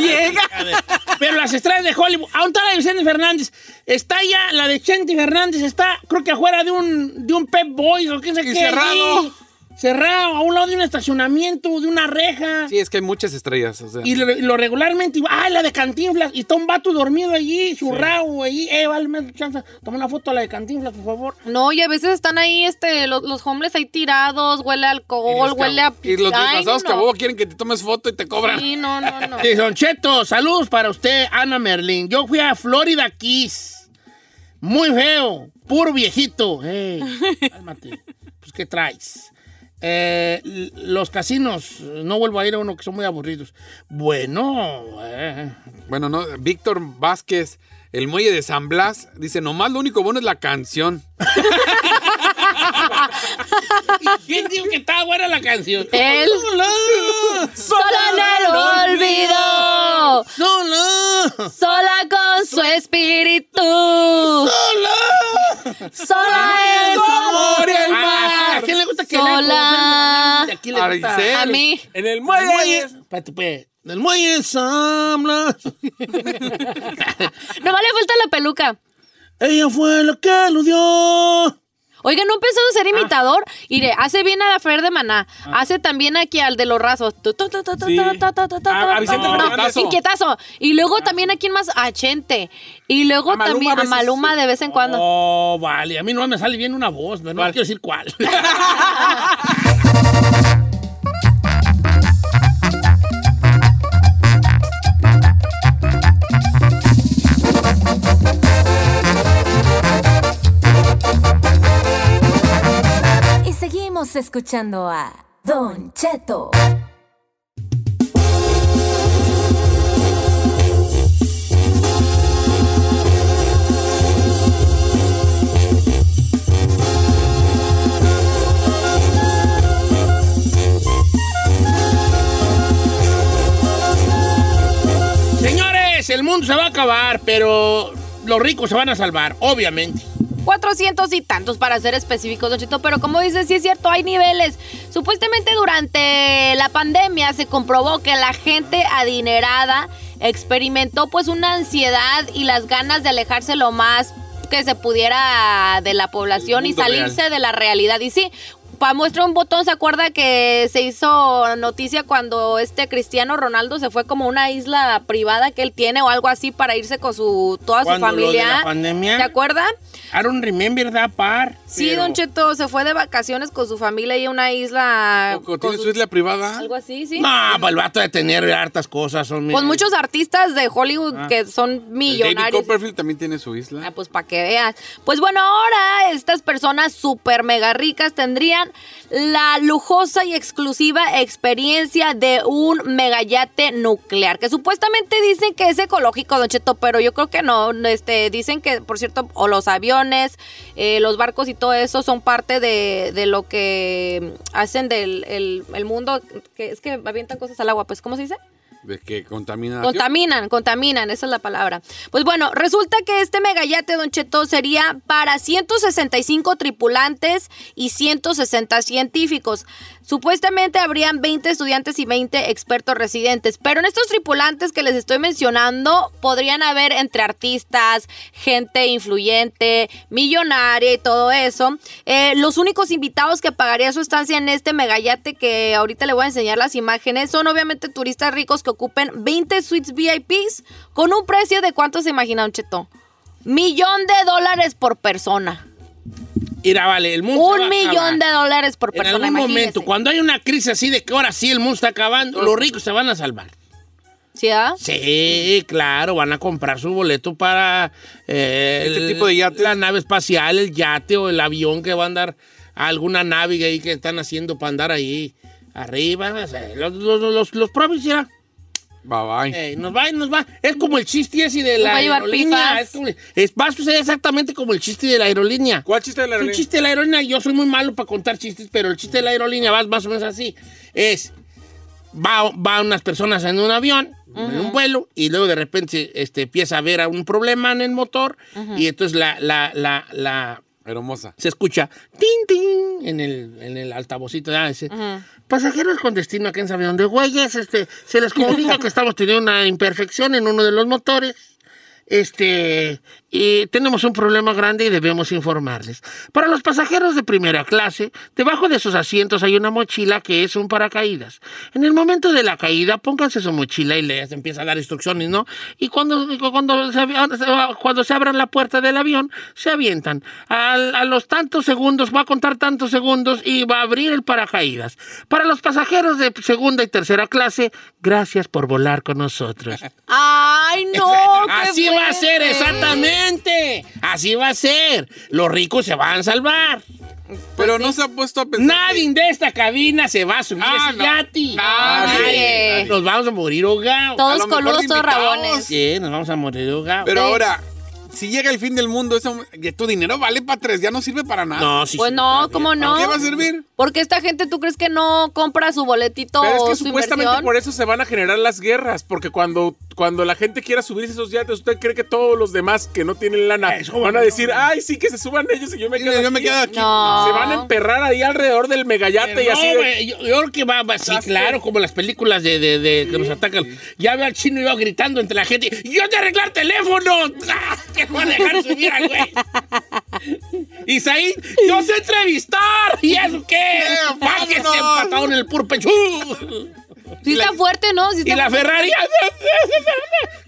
Speaker 5: Llega.
Speaker 1: A ver, Pero las estrellas de Hollywood. Aún está la de Vicente Fernández. Está ya la de Vicente Fernández. Está, creo que afuera de un, de un Pep Boys o qué sé
Speaker 4: Y
Speaker 1: qué.
Speaker 4: cerrado.
Speaker 1: ahí. Cerrado, a un lado de un estacionamiento, de una reja.
Speaker 4: Sí, es que hay muchas estrellas. O sea.
Speaker 1: Y lo, lo regularmente, iba- ah, la de Cantinflas, y está un vato dormido allí, zurrado, allí, eh, vale, me da chance, toma una foto a la de Cantinflas, por favor.
Speaker 2: No, y a veces están ahí este, los, los homeless ahí tirados, huele a
Speaker 4: Y los
Speaker 2: alcohol, huele a...
Speaker 4: cab- Y los
Speaker 2: Ay,
Speaker 4: disfrazados
Speaker 2: no.
Speaker 4: cabo quieren que te tomes foto y te cobran.
Speaker 2: Sí, no, no, no.
Speaker 1: Sí, Don Cheto, saludos para usted, Ana Merlin. Yo fui a Florida Keys, muy feo, puro viejito. Ey, cálmate, pues, ¿qué traes? Eh, l- los casinos, no vuelvo a ir a uno que son muy aburridos. Bueno, eh,
Speaker 4: Bueno, no, Víctor Vázquez, el muelle de San Blas, dice, nomás lo único bueno es la canción.
Speaker 1: ¿quién dijo que estaba buena la canción?
Speaker 2: Él. Solo en el olvido,
Speaker 1: ¡Solo!
Speaker 2: sola con su espíritu, sola en su amor.
Speaker 4: el
Speaker 1: Ah, ¿A quién le gusta que
Speaker 2: Sola.
Speaker 1: le ¿A quién le gusta?
Speaker 4: Aricel.
Speaker 2: A mí,
Speaker 3: En el
Speaker 1: El muelle.
Speaker 3: muelle.
Speaker 1: Espérate, pues. El muelle Sambla.
Speaker 2: nomás le falta la peluca.
Speaker 1: Ella fue la que lo dio.
Speaker 2: Oiga, no empezó a
Speaker 3: Ah.
Speaker 2: ser imitador. Mire, hace bien a la Fer de Maná. Hace también aquí al de los rasos. Tu, tu, tu, tu, tu,
Speaker 3: Sí.
Speaker 2: tu, tu, tu, tu, tu,
Speaker 3: A- a Vicente
Speaker 2: tu, tu, tu.
Speaker 3: Fernández. Ah.
Speaker 2: Inquietazo. Y luego también a quién más. A Chente. Y luego
Speaker 3: A Maluma a
Speaker 2: también a
Speaker 3: veces,
Speaker 2: Maluma
Speaker 3: sí.
Speaker 2: de vez en cuando.
Speaker 1: Oh, vale. A mí no me sale bien una voz, pero no quiero decir cuál.
Speaker 6: Y seguimos escuchando a Don Cheto.
Speaker 1: Señores, el mundo se va a acabar, pero los ricos se van a salvar, obviamente.
Speaker 2: 400 y tantos para ser específicos, Don Cheto, pero como dices, sí es cierto, hay niveles. Supuestamente durante la pandemia se comprobó que la gente adinerada experimentó pues una ansiedad y las ganas de alejarse lo más que se pudiera de la población
Speaker 4: Del
Speaker 2: y
Speaker 4: mundo real.
Speaker 2: salirse de la realidad. Y sí, para muestra un botón, ¿se acuerda que se hizo noticia cuando este Cristiano Ronaldo se fue como a una isla privada que él tiene o algo así para irse con su toda su
Speaker 1: Cuando lo de
Speaker 2: familia?
Speaker 1: la pandemia.
Speaker 2: ¿Te acuerdas?
Speaker 1: Aaron Remember da par.
Speaker 2: Sí,
Speaker 1: pero-
Speaker 2: Don Cheto, se fue de vacaciones con su familia y a una isla.
Speaker 4: Poco,
Speaker 2: con
Speaker 4: ¿Tiene
Speaker 2: sus-
Speaker 4: su isla privada?
Speaker 2: Algo así, sí.
Speaker 1: No, pues el vato de tener hartas cosas. Son
Speaker 2: Con muchos artistas de Hollywood que son
Speaker 4: El Ah. David
Speaker 2: millonarios.
Speaker 4: Copperfield también tiene su
Speaker 2: Ah,
Speaker 4: isla.
Speaker 2: pues para que veas. Pues bueno, ahora estas personas súper mega ricas tendrían la lujosa y exclusiva experiencia de un megayate nuclear, que supuestamente dicen que es ecológico, Don Cheto, pero yo creo que no. Este, dicen que, por cierto, o los aviones, eh, los barcos y todo eso son parte de, de lo que hacen del el, el mundo, que es que avientan cosas al agua, pues ¿cómo se dice?
Speaker 4: De que contamina.
Speaker 2: Contaminan, contaminan, esa es la palabra. Pues bueno, resulta que este megayate, Don Cheto, sería para 165 tripulantes y 160 científicos. Supuestamente habrían 20 estudiantes y 20 expertos residentes, pero en estos tripulantes que les estoy mencionando podrían haber entre artistas, gente influyente, millonaria y todo eso. Eh, los únicos invitados que pagaría su estancia en este megayate que ahorita le voy a enseñar las imágenes son obviamente turistas ricos que ocupen 20 suites VIPs con un precio de cuánto se imagina un chetón. Millón de dólares por persona.
Speaker 1: Mira, vale, el mundo. se va
Speaker 2: Un
Speaker 1: a
Speaker 2: millón
Speaker 1: acabar.
Speaker 2: de dólares por persona.
Speaker 1: En algún
Speaker 2: imagínese.
Speaker 1: momento, cuando hay una crisis así de que ahora sí el mundo está acabando, los ricos se van a salvar.
Speaker 2: ¿Sí, ah?
Speaker 1: Sí, claro, van a comprar su boleto para eh,
Speaker 4: Este
Speaker 1: el-
Speaker 4: tipo de yates.
Speaker 1: la nave espacial, el yate o el avión que va a andar a alguna nave ahí que están haciendo para andar ahí arriba. o sea, los, los, los, los propios, mira,
Speaker 4: Bye bye.
Speaker 1: eh, nos va, nos va. Es como el chiste ese de
Speaker 2: Nos
Speaker 1: la
Speaker 2: va a llevar
Speaker 1: aerolínea.
Speaker 2: pifas.
Speaker 1: Es como- es- va a suceder exactamente como el chiste de la aerolínea.
Speaker 3: ¿Cuál chiste de la
Speaker 1: Es un
Speaker 3: aerolínea?
Speaker 1: chiste de la aerolínea. Yo soy muy malo para contar chistes, pero el chiste de la aerolínea va más o menos así. Es, va, va unas personas en un avión, en un vuelo, y luego de repente este, empieza a haber un problema en el motor, y entonces la, la, la, la-
Speaker 4: Hermosa.
Speaker 1: se escucha tin tin en el, en el altavocito. ya, dice, Pasajeros con destino a quién sabe dónde, güeyes, este, se les comunica que estamos teniendo una imperfección en uno de los motores. Este, y tenemos un problema grande y debemos informarles. Para los pasajeros de primera clase, debajo de sus asientos hay una mochila que es un paracaídas. En el momento de la caída, pónganse su mochila y les empieza a dar instrucciones, ¿no? Y cuando, cuando, se, avi- cuando se abran la puerta del avión, se avientan. Al- a los tantos segundos, va a contar tantos segundos y va a abrir el paracaídas. Para los pasajeros de segunda y tercera clase, gracias por volar con nosotros.
Speaker 2: ¡Ay, no! qué
Speaker 1: Así va a ser,
Speaker 2: fuerte.
Speaker 1: exactamente. Así va a ser. Los ricos se van a salvar.
Speaker 4: Pero no se ha puesto a pensar.
Speaker 1: Nadie de esta cabina se va a subir
Speaker 4: Ah,
Speaker 1: a ese
Speaker 4: no.
Speaker 1: yate.
Speaker 4: Nadie.
Speaker 1: Nadie. Nos vamos a morir ahogados.
Speaker 4: A
Speaker 2: Todos
Speaker 4: lo mejor de
Speaker 2: coludos, todos
Speaker 4: invitados.
Speaker 2: rabones.
Speaker 1: Sí, nos vamos a morir ahogados.
Speaker 4: Pero
Speaker 2: Sí.
Speaker 4: ahora, si llega el fin del mundo, esa- que tu dinero vale para tres, ya no sirve para nada.
Speaker 1: no, sí.
Speaker 2: Pues
Speaker 1: sí,
Speaker 2: no,
Speaker 1: está
Speaker 2: ¿cómo
Speaker 1: bien.
Speaker 2: no?
Speaker 4: ¿Para qué va a servir?
Speaker 2: Porque esta gente, ¿tú crees que no compra su boletito
Speaker 3: Pero es
Speaker 2: o
Speaker 3: que
Speaker 2: su
Speaker 3: supuestamente
Speaker 2: inversión?
Speaker 3: por eso se van a generar las guerras, porque cuando, cuando la gente quiera subirse esos yates, ¿usted cree que todos los demás que no tienen lana
Speaker 1: Eso,
Speaker 3: van a
Speaker 1: no.
Speaker 3: decir, ay, sí, que se suban ellos y yo me
Speaker 4: Y
Speaker 3: quedo
Speaker 4: yo me
Speaker 3: aquí"?
Speaker 4: quedo aquí.
Speaker 2: No.
Speaker 3: Se van a emperrar ahí alrededor del megayate y
Speaker 1: Eh, No,
Speaker 3: así. de-
Speaker 1: güey, yo, yo creo que va, va- sí, claro, como las películas de, de- de que nos atacan. Ya veo al chino y yo gritando entre la gente, ¡yo te arreglar teléfono! ¡Ah! ¡Que no van a dejar subir al güey! Isaí, ¡yo sé entrevistar! ¿Y eso qué?
Speaker 4: Eh,
Speaker 1: ¡Bájese
Speaker 4: vámonos.
Speaker 1: empatado en el puro pecho!
Speaker 2: Sí está fuerte, ¿no? Sí
Speaker 1: Y
Speaker 2: está
Speaker 1: la Ferrari... "Ah,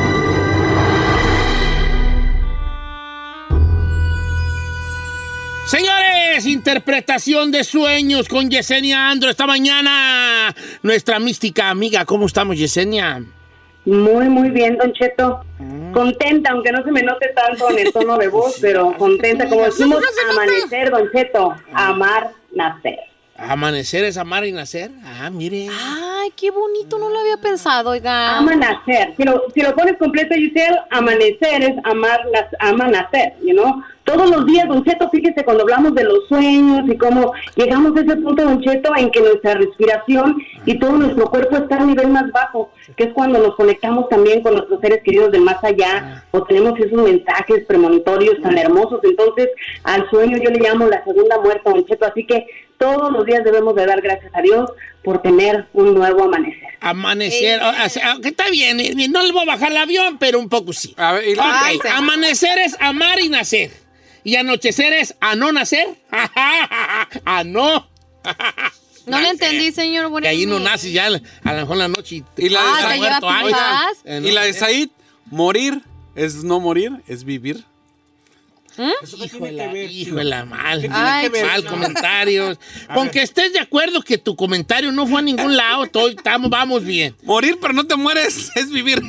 Speaker 1: Señores, interpretación de sueños con Yesenia Andro esta mañana. Nuestra mística amiga. ¿Cómo estamos, Yesenia?
Speaker 7: Muy, muy bien, Don Cheto. Contenta, aunque no se me note tanto en el tono de voz, pero contenta. Como decimos, amanecer, Don Cheto. Amar, nacer.
Speaker 1: Amanecer es amar y nacer. Ah, mire.
Speaker 2: Ay, qué bonito, no lo había pensado, oiga.
Speaker 7: Ama nacer. Si lo, si lo pones completo, Giselle, amanecer es amar, las, ama nacer, you know? Todos los días, Don Cheto, fíjese cuando hablamos de los sueños y cómo llegamos a ese punto, Don Cheto, en que nuestra respiración y todo nuestro cuerpo está a un nivel más bajo, que es cuando nos conectamos también con nuestros seres queridos del más allá o tenemos esos mensajes premonitorios tan hermosos. Entonces, al sueño yo le llamo la segunda muerte, Don Cheto. Así que todos los días debemos de dar gracias a Dios por tener un nuevo amanecer.
Speaker 1: Amanecer, o- o sea, que está bien, eh, no le voy a bajar el avión, pero un poco sí.
Speaker 4: A ver, y Ah, la-
Speaker 1: Ok,
Speaker 2: Ay, se-
Speaker 1: amanecer es amar y nacer. Y anochecer es a no nacer. a no.
Speaker 2: no le entendí, señor. what
Speaker 1: Que
Speaker 2: do
Speaker 1: ahí
Speaker 2: you
Speaker 1: no
Speaker 2: mean?
Speaker 1: naces ya a lo mejor en la noche. Y
Speaker 4: Y la de
Speaker 1: está
Speaker 4: Said-
Speaker 1: muerto
Speaker 2: Ah, te
Speaker 1: alguien.
Speaker 2: lleva pipas.
Speaker 1: Eh, no,
Speaker 4: y la de Said, morir es no morir, es vivir.
Speaker 1: Hijo de la, hijo de la mal.
Speaker 2: Ay,
Speaker 1: mal comentarios. Con que estés de acuerdo que tu comentario no fue a ningún lado, todo, estamos, vamos bien.
Speaker 4: Morir, pero no te mueres, es vivir.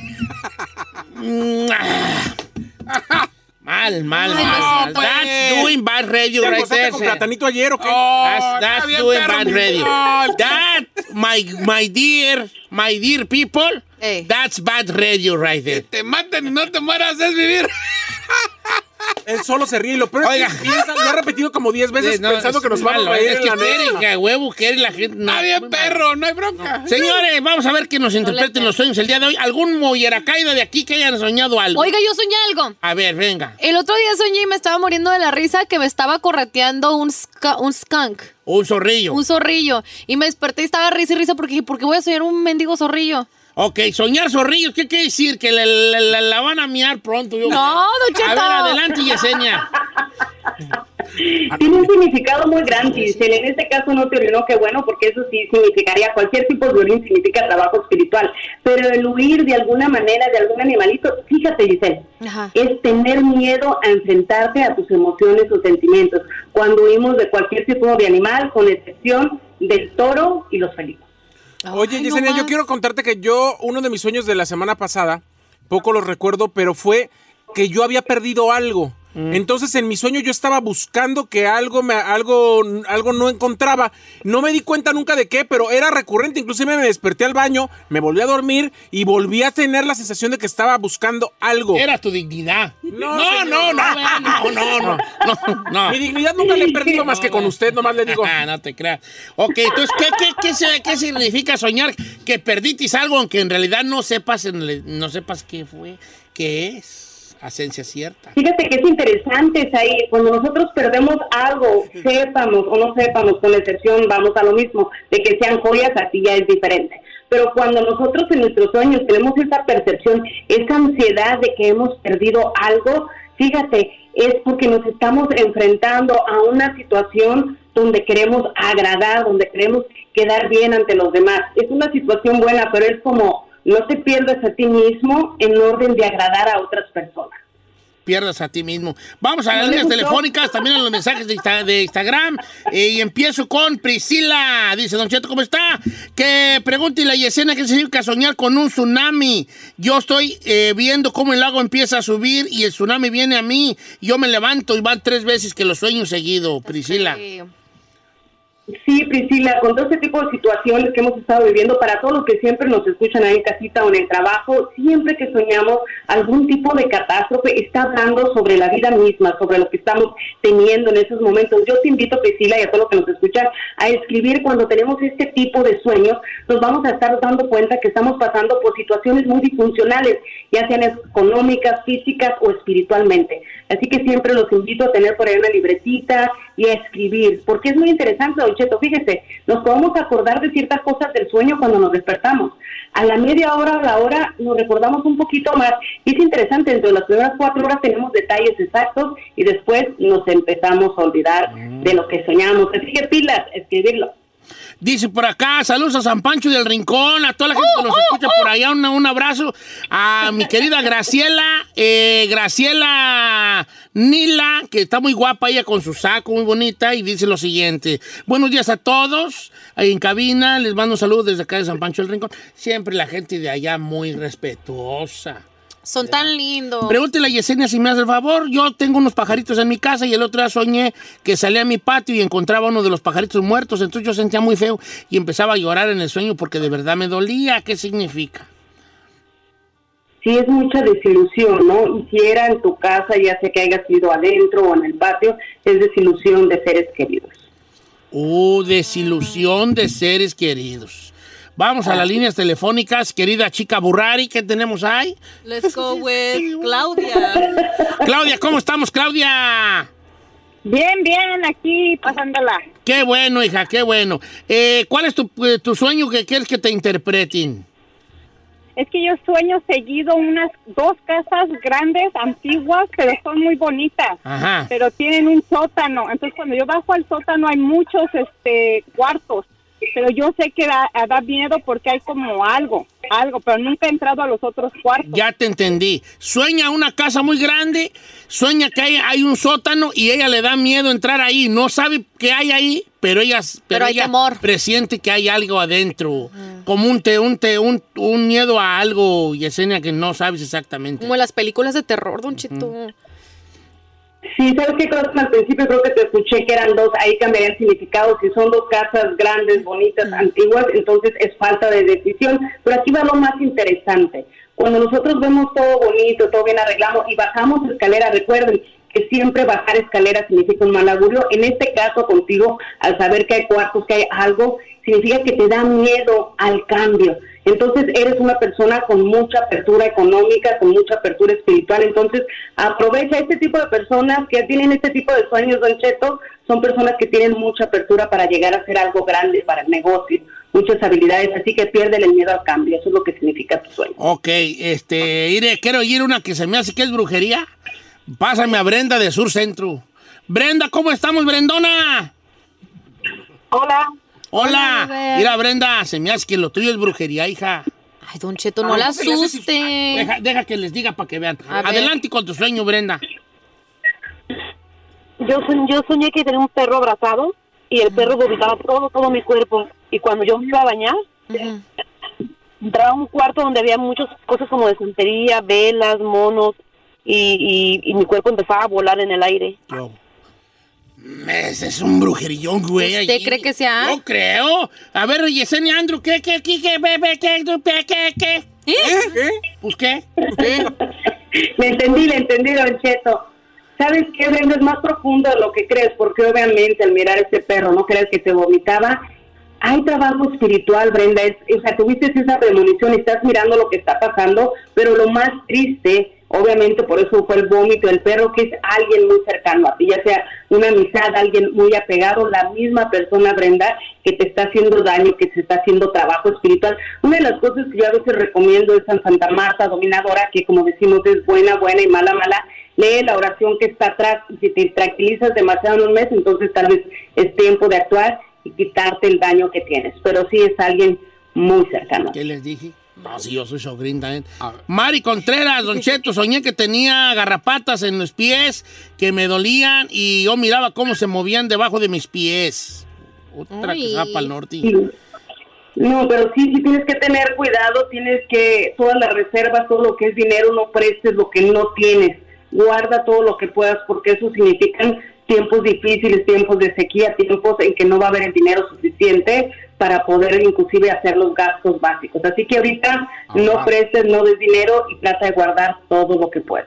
Speaker 1: Mm, ah. Mal, mal,
Speaker 2: Ay, lo
Speaker 1: mal.
Speaker 2: siento.
Speaker 4: pues.
Speaker 1: That's doing bad radio
Speaker 3: ¿Te
Speaker 1: right
Speaker 3: acostaste
Speaker 1: there.
Speaker 3: con
Speaker 1: sir.
Speaker 3: platanito ayer o qué?
Speaker 4: Oh,
Speaker 1: That's, that's doing bad radio. That, my, my dear, my dear people,
Speaker 2: Hey.
Speaker 1: that's bad radio right there.
Speaker 4: Te maten y no te mueras, es vivir.
Speaker 3: él solo se ríe. y Lo peor es que
Speaker 1: Oiga.
Speaker 3: piensa- lo ha repetido como 10 veces
Speaker 1: Sí, no,
Speaker 3: pensando
Speaker 1: es
Speaker 3: que nos
Speaker 1: muy
Speaker 3: vamos a
Speaker 1: malo,
Speaker 3: reír
Speaker 1: Es
Speaker 3: en
Speaker 1: que
Speaker 3: la
Speaker 1: quieren
Speaker 3: misma.
Speaker 1: que a huevo quiere la gente. No,
Speaker 4: Está bien,
Speaker 1: muy malo.
Speaker 4: perro, no hay bronca.
Speaker 1: Señores, vamos a ver que nos interpreten los sueños el día de hoy. ¿Algún moyeracaida de aquí que hayan soñado algo?
Speaker 2: Oiga, yo soñé algo.
Speaker 1: A ver, venga.
Speaker 2: El otro día soñé y me estaba muriendo de la risa que me estaba correteando un, ska- un skunk,
Speaker 1: Un zorrillo.
Speaker 2: un zorrillo. Y me desperté y estaba risa y risa porque dije, ¿por qué voy a soñar un mendigo zorrillo?
Speaker 1: Ok, soñar zorrillos, ¿qué quiere decir? Que la, la- la- la van a miar pronto. Yo
Speaker 2: No, Don
Speaker 1: A
Speaker 2: Cheto.
Speaker 1: ver, adelante, Yesenia.
Speaker 7: Tiene un significado muy grande. Giselle. En este caso no te orinó, qué bueno, porque eso sí significaría cualquier tipo de violín, significa trabajo espiritual. Pero el huir de alguna manera de algún animalito, fíjate, Giselle,
Speaker 2: Ajá.
Speaker 7: es tener miedo a enfrentarte a tus emociones o sentimientos. Cuando huimos de cualquier tipo de animal, con excepción del toro y los felinos.
Speaker 3: Oye,
Speaker 2: Ay, no
Speaker 3: Yesenia, yo
Speaker 2: más.
Speaker 3: quiero contarte que yo, uno de mis sueños de la semana pasada, poco los recuerdo, pero fue que yo había perdido algo.
Speaker 1: Mm.
Speaker 3: Entonces en mi sueño yo estaba buscando que algo me algo algo no encontraba. No me di cuenta nunca de qué, pero era recurrente. Inclusive me desperté al baño, me volví a dormir y volví a tener la sensación de que estaba buscando algo.
Speaker 1: Era tu dignidad.
Speaker 3: No,
Speaker 1: no,
Speaker 3: señor.
Speaker 1: no, no, no, no, no, no, no.
Speaker 3: Mi dignidad nunca la he perdido más que con usted, nomás le digo.
Speaker 1: Ah, no te creas. Ok, entonces, ¿qué, qué, qué, se- qué significa soñar que perditis algo aunque en realidad no sepas, en le- no sepas qué fue, qué es? A ciencia cierta.
Speaker 7: Fíjate que es interesante, ahí cuando nosotros perdemos algo, sepamos o no sepamos, con excepción vamos a lo mismo, de que sean joyas, así ya es diferente. Pero cuando nosotros en nuestros sueños tenemos esa percepción, esa ansiedad de que hemos perdido algo, fíjate, es porque nos estamos enfrentando a una situación donde queremos agradar, donde queremos quedar bien ante los demás. Es una situación buena, pero es como no te pierdas a ti mismo en orden de agradar a otras personas.
Speaker 1: Pierdas a ti mismo. Vamos a las
Speaker 7: No le
Speaker 1: líneas
Speaker 7: gustó.
Speaker 1: telefónicas, también a los mensajes de, Insta- de Instagram. eh, y empiezo con Priscila. Dice, Don Cheto, ¿cómo está? Que pregúntele a Yesenia qué significa soñar con un tsunami. Yo estoy eh, viendo cómo el lago empieza a subir y el tsunami viene a mí. Yo me levanto y van tres veces que lo sueño seguido, Priscila.
Speaker 2: Sí.
Speaker 7: Sí, Priscila, con todo este tipo de situaciones que hemos estado viviendo, para todos los que siempre nos escuchan ahí en casita o en el trabajo, siempre que soñamos algún tipo de catástrofe, está hablando sobre la vida misma, sobre lo que estamos teniendo en esos momentos. Yo te invito, Priscila, y a todos los que nos escuchan, a escribir cuando tenemos este tipo de sueños, nos vamos a estar dando cuenta que estamos pasando por situaciones muy disfuncionales, ya sean económicas, físicas o espiritualmente. Así que siempre los invito a tener por ahí una libretita y a escribir, porque es muy interesante, Don Cheto. Fíjese, nos podemos acordar de ciertas cosas del sueño cuando nos despertamos. A la media hora o la hora nos recordamos un poquito más. Y es interesante, entre las primeras cuatro horas tenemos detalles exactos y después nos empezamos a olvidar de lo que soñamos. Así que pilas, escribirlo.
Speaker 1: Dice por acá, saludos a San Pancho del Rincón, a toda la gente que nos escucha por allá, un, un abrazo a mi querida Graciela, eh, Graciela Nila, que está muy guapa ella con su saco, muy bonita, y dice lo siguiente, buenos días a todos en cabina, les mando saludos desde acá de San Pancho del Rincón, siempre la gente de allá muy respetuosa.
Speaker 2: Son tan lindos.
Speaker 1: Pregúntele a Yesenia si me hace el favor. Yo tengo unos pajaritos en mi casa y el otro día soñé que salía a mi patio y encontraba uno de los pajaritos muertos. Entonces yo sentía muy feo y empezaba a llorar en el sueño porque de verdad me dolía. ¿Qué significa?
Speaker 7: sí es mucha desilusión, ¿no? Y si era en tu casa, ya sea que hayas ido adentro o en el patio, es desilusión de seres queridos.
Speaker 1: Uh, desilusión de seres queridos. Vamos a las líneas telefónicas, querida chica Burrari. ¿Qué tenemos ahí?
Speaker 5: Let's go with Claudia.
Speaker 1: Claudia, ¿cómo estamos, Claudia?
Speaker 7: Bien, bien, aquí pasándola.
Speaker 1: Qué bueno, hija, qué bueno. Eh, ¿Cuál es tu, eh, tu sueño que quieres que te interpreten?
Speaker 7: Es que yo sueño seguido unas dos casas grandes, antiguas, pero son muy bonitas.
Speaker 1: Ajá.
Speaker 7: Pero tienen un sótano. Entonces, cuando yo bajo al sótano, hay muchos este cuartos. Pero yo sé que da, da miedo porque hay como algo, algo, pero nunca he entrado a los otros cuartos.
Speaker 1: Ya te entendí. Sueña una casa muy grande, sueña que hay, hay un sótano y ella le da miedo entrar ahí. No sabe qué hay ahí, pero ella, pero
Speaker 2: hay
Speaker 1: ella
Speaker 2: temor.
Speaker 1: presiente que hay algo adentro. Como un, te, un, te- un, un miedo a algo, Yesenia, que no sabes exactamente.
Speaker 2: Como en las películas de terror, Don Cheto.
Speaker 7: Sí, ¿sabes qué? Creo que al principio creo que te escuché que eran dos, ahí cambiaría el significado. Si son dos casas grandes, bonitas, antiguas, entonces es falta de decisión. Pero aquí va lo más interesante. Cuando nosotros vemos todo bonito, todo bien arreglado y bajamos escalera, recuerden que siempre bajar escaleras significa un mal augurio. En este caso contigo, al saber que hay cuartos, que hay algo, significa que te da miedo al cambio. Entonces eres una persona con mucha apertura económica, con mucha apertura espiritual. Entonces aprovecha este tipo de personas que tienen este tipo de sueños, Don Cheto. Son personas que tienen mucha apertura para llegar a hacer algo grande para el negocio, muchas habilidades. Así que pierden el miedo al cambio. Eso es lo que significa tu sueño.
Speaker 1: Ok, este, iré, quiero oír una que se me hace que es brujería. Pásame a Brenda de Sur Centro. Brenda, ¿cómo estamos, Brendona?
Speaker 7: Hola.
Speaker 1: Hola.
Speaker 2: Hola, Bel.
Speaker 1: Mira, Brenda, se me hace que lo tuyo es brujería, hija.
Speaker 2: Ay, Don Cheto, no la asuste. ¿Eh?
Speaker 1: Deja, deja que les diga para que vean.
Speaker 2: A ver.
Speaker 1: Adelante con tu sueño, Brenda.
Speaker 7: Yo, soñ- yo soñé que tenía un perro abrazado y el perro vomitaba todo, todo mi cuerpo. Y cuando yo me iba a bañar,
Speaker 2: Ujú.
Speaker 7: entraba a un cuarto donde había muchas cosas como de santería, velas, monos, y, y- y mi cuerpo empezaba a volar en el aire.
Speaker 1: Ese es un brujerillón, güey.
Speaker 2: ¿Usted
Speaker 1: allí.
Speaker 2: cree que sea?
Speaker 1: No creo. A ver, Yesenia Andrew, ¿qué, qué, qué, qué, bebé, qué, qué, qué, qué?
Speaker 3: ¿Eh? ¿Eh?
Speaker 1: Pues qué.
Speaker 3: ¿Eh?
Speaker 7: Le entendí, le entendí, Don Cheto. ¿Sabes qué, Brenda? Es más profundo de lo que crees, porque obviamente al mirar a ese perro, ¿no crees que te vomitaba? Hay trabajo espiritual, Brenda. Es, o sea, tuviste esa premonición, estás mirando lo que está pasando, pero lo más triste, obviamente por eso fue el vómito, el perro que es alguien muy cercano a ti, ya sea una amistad, alguien muy apegado, la misma persona, Brenda, que te está haciendo daño, que te está haciendo trabajo espiritual. Una de las cosas que yo a veces recomiendo es San Santa Marta, dominadora, que como decimos es buena, buena y mala, mala. Lee la oración que está atrás y si te tranquilizas demasiado en un mes, entonces tal vez es tiempo de actuar y quitarte el daño que tienes. Pero sí es alguien muy cercano.
Speaker 1: ¿Qué les dije? No, sí, yo soy sobrina también.
Speaker 4: A ver.
Speaker 1: Mari Contreras, Don Cheto, soñé que tenía garrapatas en los pies que me dolían y yo miraba cómo se movían debajo de mis pies. Otra que
Speaker 2: Uy.
Speaker 1: se va para el norte.
Speaker 7: Sí. No, pero sí, sí tienes que tener cuidado, tienes que todas las reservas, todo lo que es dinero, no prestes lo que no tienes, guarda todo lo que puedas, porque eso significan tiempos difíciles, tiempos de sequía, tiempos en que no va a haber el dinero suficiente para poder inclusive hacer los gastos básicos. Así que ahorita
Speaker 4: Ah.
Speaker 7: no prestes, no des dinero y trata de guardar todo lo que puedas.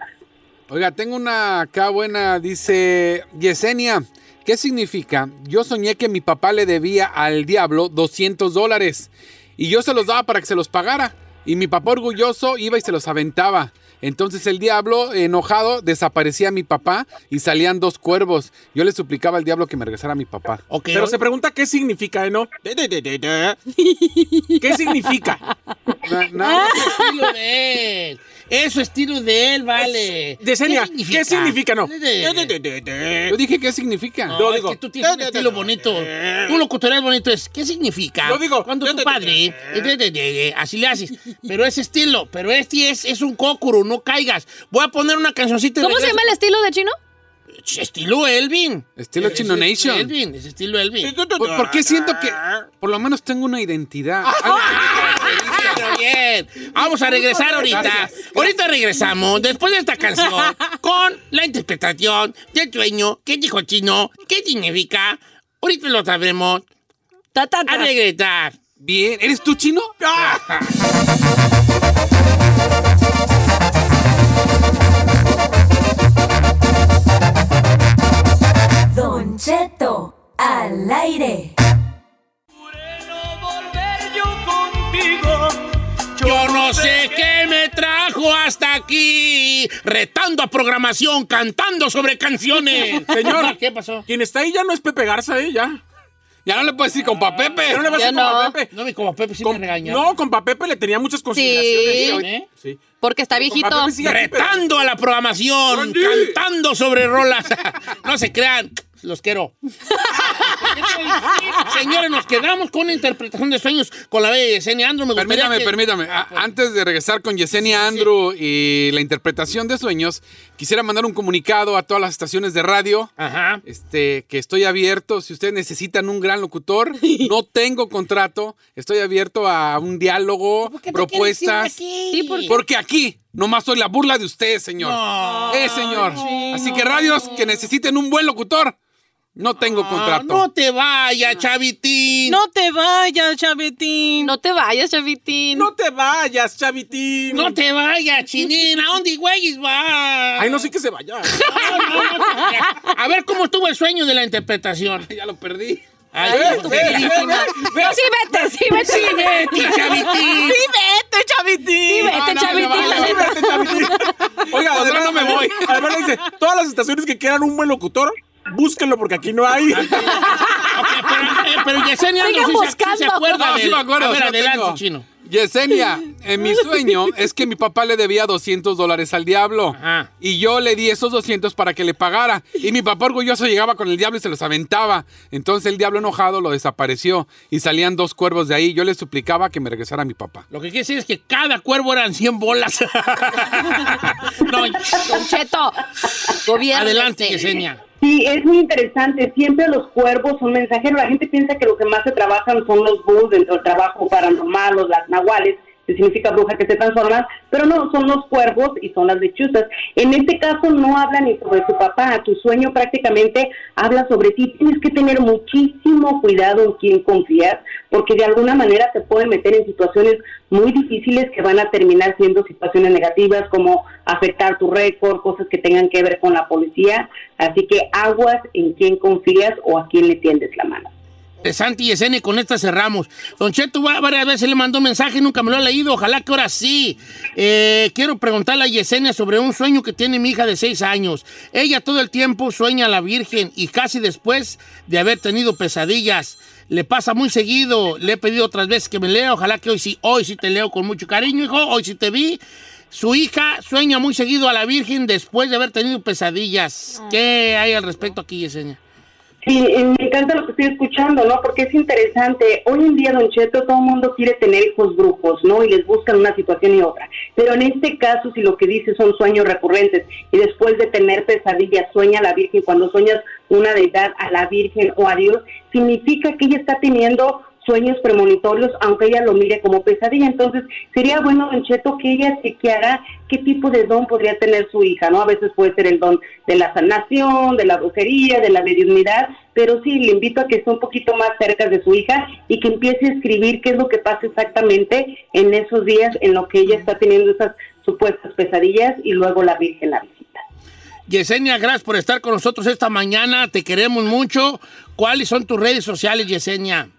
Speaker 4: Oiga, tengo una acá buena, dice Yesenia. ¿Qué significa? Yo soñé que mi papá le debía al diablo 200 dólares y yo se los daba para que se los pagara. Y mi papá orgulloso iba y se los aventaba. Entonces el diablo, enojado, desaparecía a mi papá y salían dos cuervos. Yo le suplicaba al diablo que me regresara a mi papá.
Speaker 1: Ok,
Speaker 3: Pero
Speaker 1: o-
Speaker 3: se pregunta qué significa, ¿eh? ¿no? De, de, de, de, de. ¿Qué significa?
Speaker 4: Na- na-
Speaker 1: estilo de él. Eso estilo de él, vale.
Speaker 3: Yesenia, ¿qué significa? No.
Speaker 1: De-
Speaker 3: De,
Speaker 1: de-
Speaker 3: de, de, de.
Speaker 4: Yo dije qué significa.
Speaker 1: No,
Speaker 3: Yo
Speaker 1: es
Speaker 3: digo,
Speaker 1: que tú tienes un
Speaker 3: de- de-
Speaker 1: estilo
Speaker 3: de-
Speaker 1: bonito. Un locutorial bonito es, ¿qué significa?
Speaker 3: Yo digo,
Speaker 1: Cuando
Speaker 3: de-
Speaker 1: tu
Speaker 3: de-
Speaker 1: padre, eh, de- de- de- de- así le haces. Pero ese estilo, pero este es, es un cócuro, no caigas. Voy a poner una cancioncita. y
Speaker 2: ¿Cómo se
Speaker 1: regreso.
Speaker 2: llama el estilo de chino?
Speaker 1: Ch- Estilo Elvin.
Speaker 4: Estilo
Speaker 1: Es-
Speaker 4: Chino
Speaker 1: es-
Speaker 4: Nation.
Speaker 1: Elvin, es estilo Elvin.
Speaker 4: ¿Por, por qué siento que por lo menos tengo una identidad?
Speaker 1: Pero Ah, bien. Vamos a regresar ahorita. Ahorita regresamos después de esta canción con la interpretación del sueño que dijo Chino, qué significa. Ahorita lo sabremos.
Speaker 2: Ta, ta, ta.
Speaker 1: A regresar.
Speaker 4: Bien, ¿eres tú chino?
Speaker 6: Don Cheto al aire.
Speaker 1: Yo no sé qué me trajo hasta aquí, retando a programación, cantando sobre canciones.
Speaker 3: Señor.
Speaker 1: ¿qué pasó?
Speaker 3: Quien está ahí ya no es Pepe Garza, ¿eh? Ya.
Speaker 4: Ya no le puedes decir
Speaker 1: Ah.
Speaker 4: compa Pepe.
Speaker 3: Ya no le vas a
Speaker 2: Ya
Speaker 3: decir compa
Speaker 2: no.
Speaker 3: Pepe.
Speaker 1: No, mi como Pepe sí
Speaker 3: Con-
Speaker 1: me regañó.
Speaker 3: no, compa Pepe le tenía muchas consideraciones.
Speaker 1: ¿Eh?
Speaker 3: Sí.
Speaker 2: Porque está viejito.
Speaker 3: Compa Pepe sigue aquí, pero-
Speaker 1: Retando a la programación,
Speaker 3: Andy.
Speaker 1: cantando sobre rolas. no se crean, los quiero. Señores, nos quedamos con una interpretación de sueños con la bella Yesenia Andro. Me gustaría
Speaker 4: Permítame,
Speaker 1: que-
Speaker 4: permítame. A- antes de regresar con Yesenia Andrew y la interpretación de sueños, quisiera mandar un comunicado a todas las estaciones de radio.
Speaker 1: Ajá.
Speaker 4: Este, que estoy abierto. Si ustedes necesitan un gran locutor, no tengo contrato. Estoy abierto a un diálogo,
Speaker 1: ¿Por qué te
Speaker 4: propuestas.
Speaker 1: quieres ir de aquí?
Speaker 2: Sí, porque-
Speaker 4: Porque aquí nomás soy la burla de ustedes, señor.
Speaker 1: No.
Speaker 4: Eh, señor. Así que radios que necesiten un buen locutor, No tengo
Speaker 1: Ah,
Speaker 4: contrato.
Speaker 1: no te vayas, Chavitín.
Speaker 5: No te vayas, Chavitín.
Speaker 2: No te vayas, Chavitín.
Speaker 3: No te vayas, Chavitín.
Speaker 1: No te vayas, Chinín. ¿A dónde güeyes va?
Speaker 3: Ay, no sé que se vaya.
Speaker 1: No, no, no te- A ver cómo estuvo el sueño de la interpretación.
Speaker 3: ya lo perdí.
Speaker 1: Ay,
Speaker 3: Ve,
Speaker 1: hijo
Speaker 3: ve,
Speaker 1: de-
Speaker 3: ve, ve, ve.
Speaker 2: Sí, vete, sí, vete.
Speaker 1: Sí, vete, Chavitín.
Speaker 5: Ah, vete, Chavitín.
Speaker 2: Sí, vete,
Speaker 4: no, no,
Speaker 2: Chavitín,
Speaker 4: no, no,
Speaker 2: la
Speaker 4: no,
Speaker 2: neta.
Speaker 3: Vete, Chavitín. Oiga,
Speaker 1: Pues
Speaker 3: además no me voy. Además dice, todas las estaciones que quieran un buen locutor, búsquenlo porque aquí no hay.
Speaker 1: Ok, pero, eh, pero Yesenia
Speaker 2: Sigan
Speaker 1: no, sí se- sí se
Speaker 2: buscando.
Speaker 1: acuerda.
Speaker 4: No, sí
Speaker 1: del-
Speaker 4: me acuerdo,
Speaker 1: A ver,
Speaker 4: sí lo
Speaker 1: adelante,
Speaker 4: tengo.
Speaker 1: chino.
Speaker 4: Yesenia, en mi sueño es que mi papá le debía 200 dólares al diablo.
Speaker 1: Ajá.
Speaker 4: Y yo le di esos 200 para que le pagara. Y mi papá orgulloso llegaba con el diablo y se los aventaba. Entonces el diablo enojado lo desapareció y salían dos cuervos de ahí. Yo le suplicaba que me regresara a mi papá.
Speaker 1: Lo que quiere decir es que cada cuervo eran 100 bolas. no,
Speaker 2: Don Cheto, este. gobierno.
Speaker 1: adelante, Yesenia.
Speaker 7: Sí, es muy interesante. Siempre los cuervos son mensajeros. La gente piensa que los que más se trabajan son los bus, dentro del trabajo paranormal, los las nahuales, que significa bruja que se transforman, pero no, son los cuervos y son las lechuzas. En este caso no habla ni sobre tu papá, tu sueño prácticamente habla sobre ti. Tienes que tener muchísimo cuidado en quién confías, porque de alguna manera te pueden meter en situaciones muy difíciles que van a terminar siendo situaciones negativas, como afectar tu récord, cosas que tengan que ver con la policía. Así que aguas en quién confías o a quién le tiendes la mano.
Speaker 1: De Santi y Yesenia, y con esta cerramos. Don Cheto va- varias veces le mandó un mensaje, nunca me lo ha leído, ojalá que ahora sí. Eh, quiero preguntarle a Yesenia sobre un sueño que tiene mi hija de seis años. Ella todo el tiempo sueña a la Virgen y casi después de haber tenido pesadillas. Le pasa muy seguido, le he pedido otras veces que me lea, ojalá que hoy sí, hoy sí te leo con mucho cariño, hijo, hoy sí te vi. Su hija sueña muy seguido a la Virgen después de haber tenido pesadillas. ¿Qué hay al respecto aquí, Yesenia?
Speaker 7: Sí, eh, me encanta lo que estoy escuchando, ¿no? Porque es interesante. Hoy en día, Don Cheto, todo el mundo quiere tener hijos brujos, ¿no? Y les buscan una situación y otra. Pero en este caso, si lo que dice son sueños recurrentes y después de tener pesadillas, sueña a la Virgen, cuando sueñas una deidad a la Virgen o a Dios, significa que ella está teniendo sueños premonitorios, aunque ella lo mire como pesadilla. Entonces, sería bueno, Don Cheto, que ella chequeara qué tipo de don podría tener su hija, ¿no? A veces puede ser el don de la sanación, de la brujería, de la mediunidad, pero sí, le invito a que esté un poquito más cerca de su hija y que empiece a escribir qué es lo que pasa exactamente en esos días en lo que ella está teniendo esas supuestas pesadillas y luego la Virgen la visita.
Speaker 1: Yesenia, gracias por estar con nosotros esta mañana. Te queremos mucho. ¿Cuáles son tus redes sociales, Yesenia?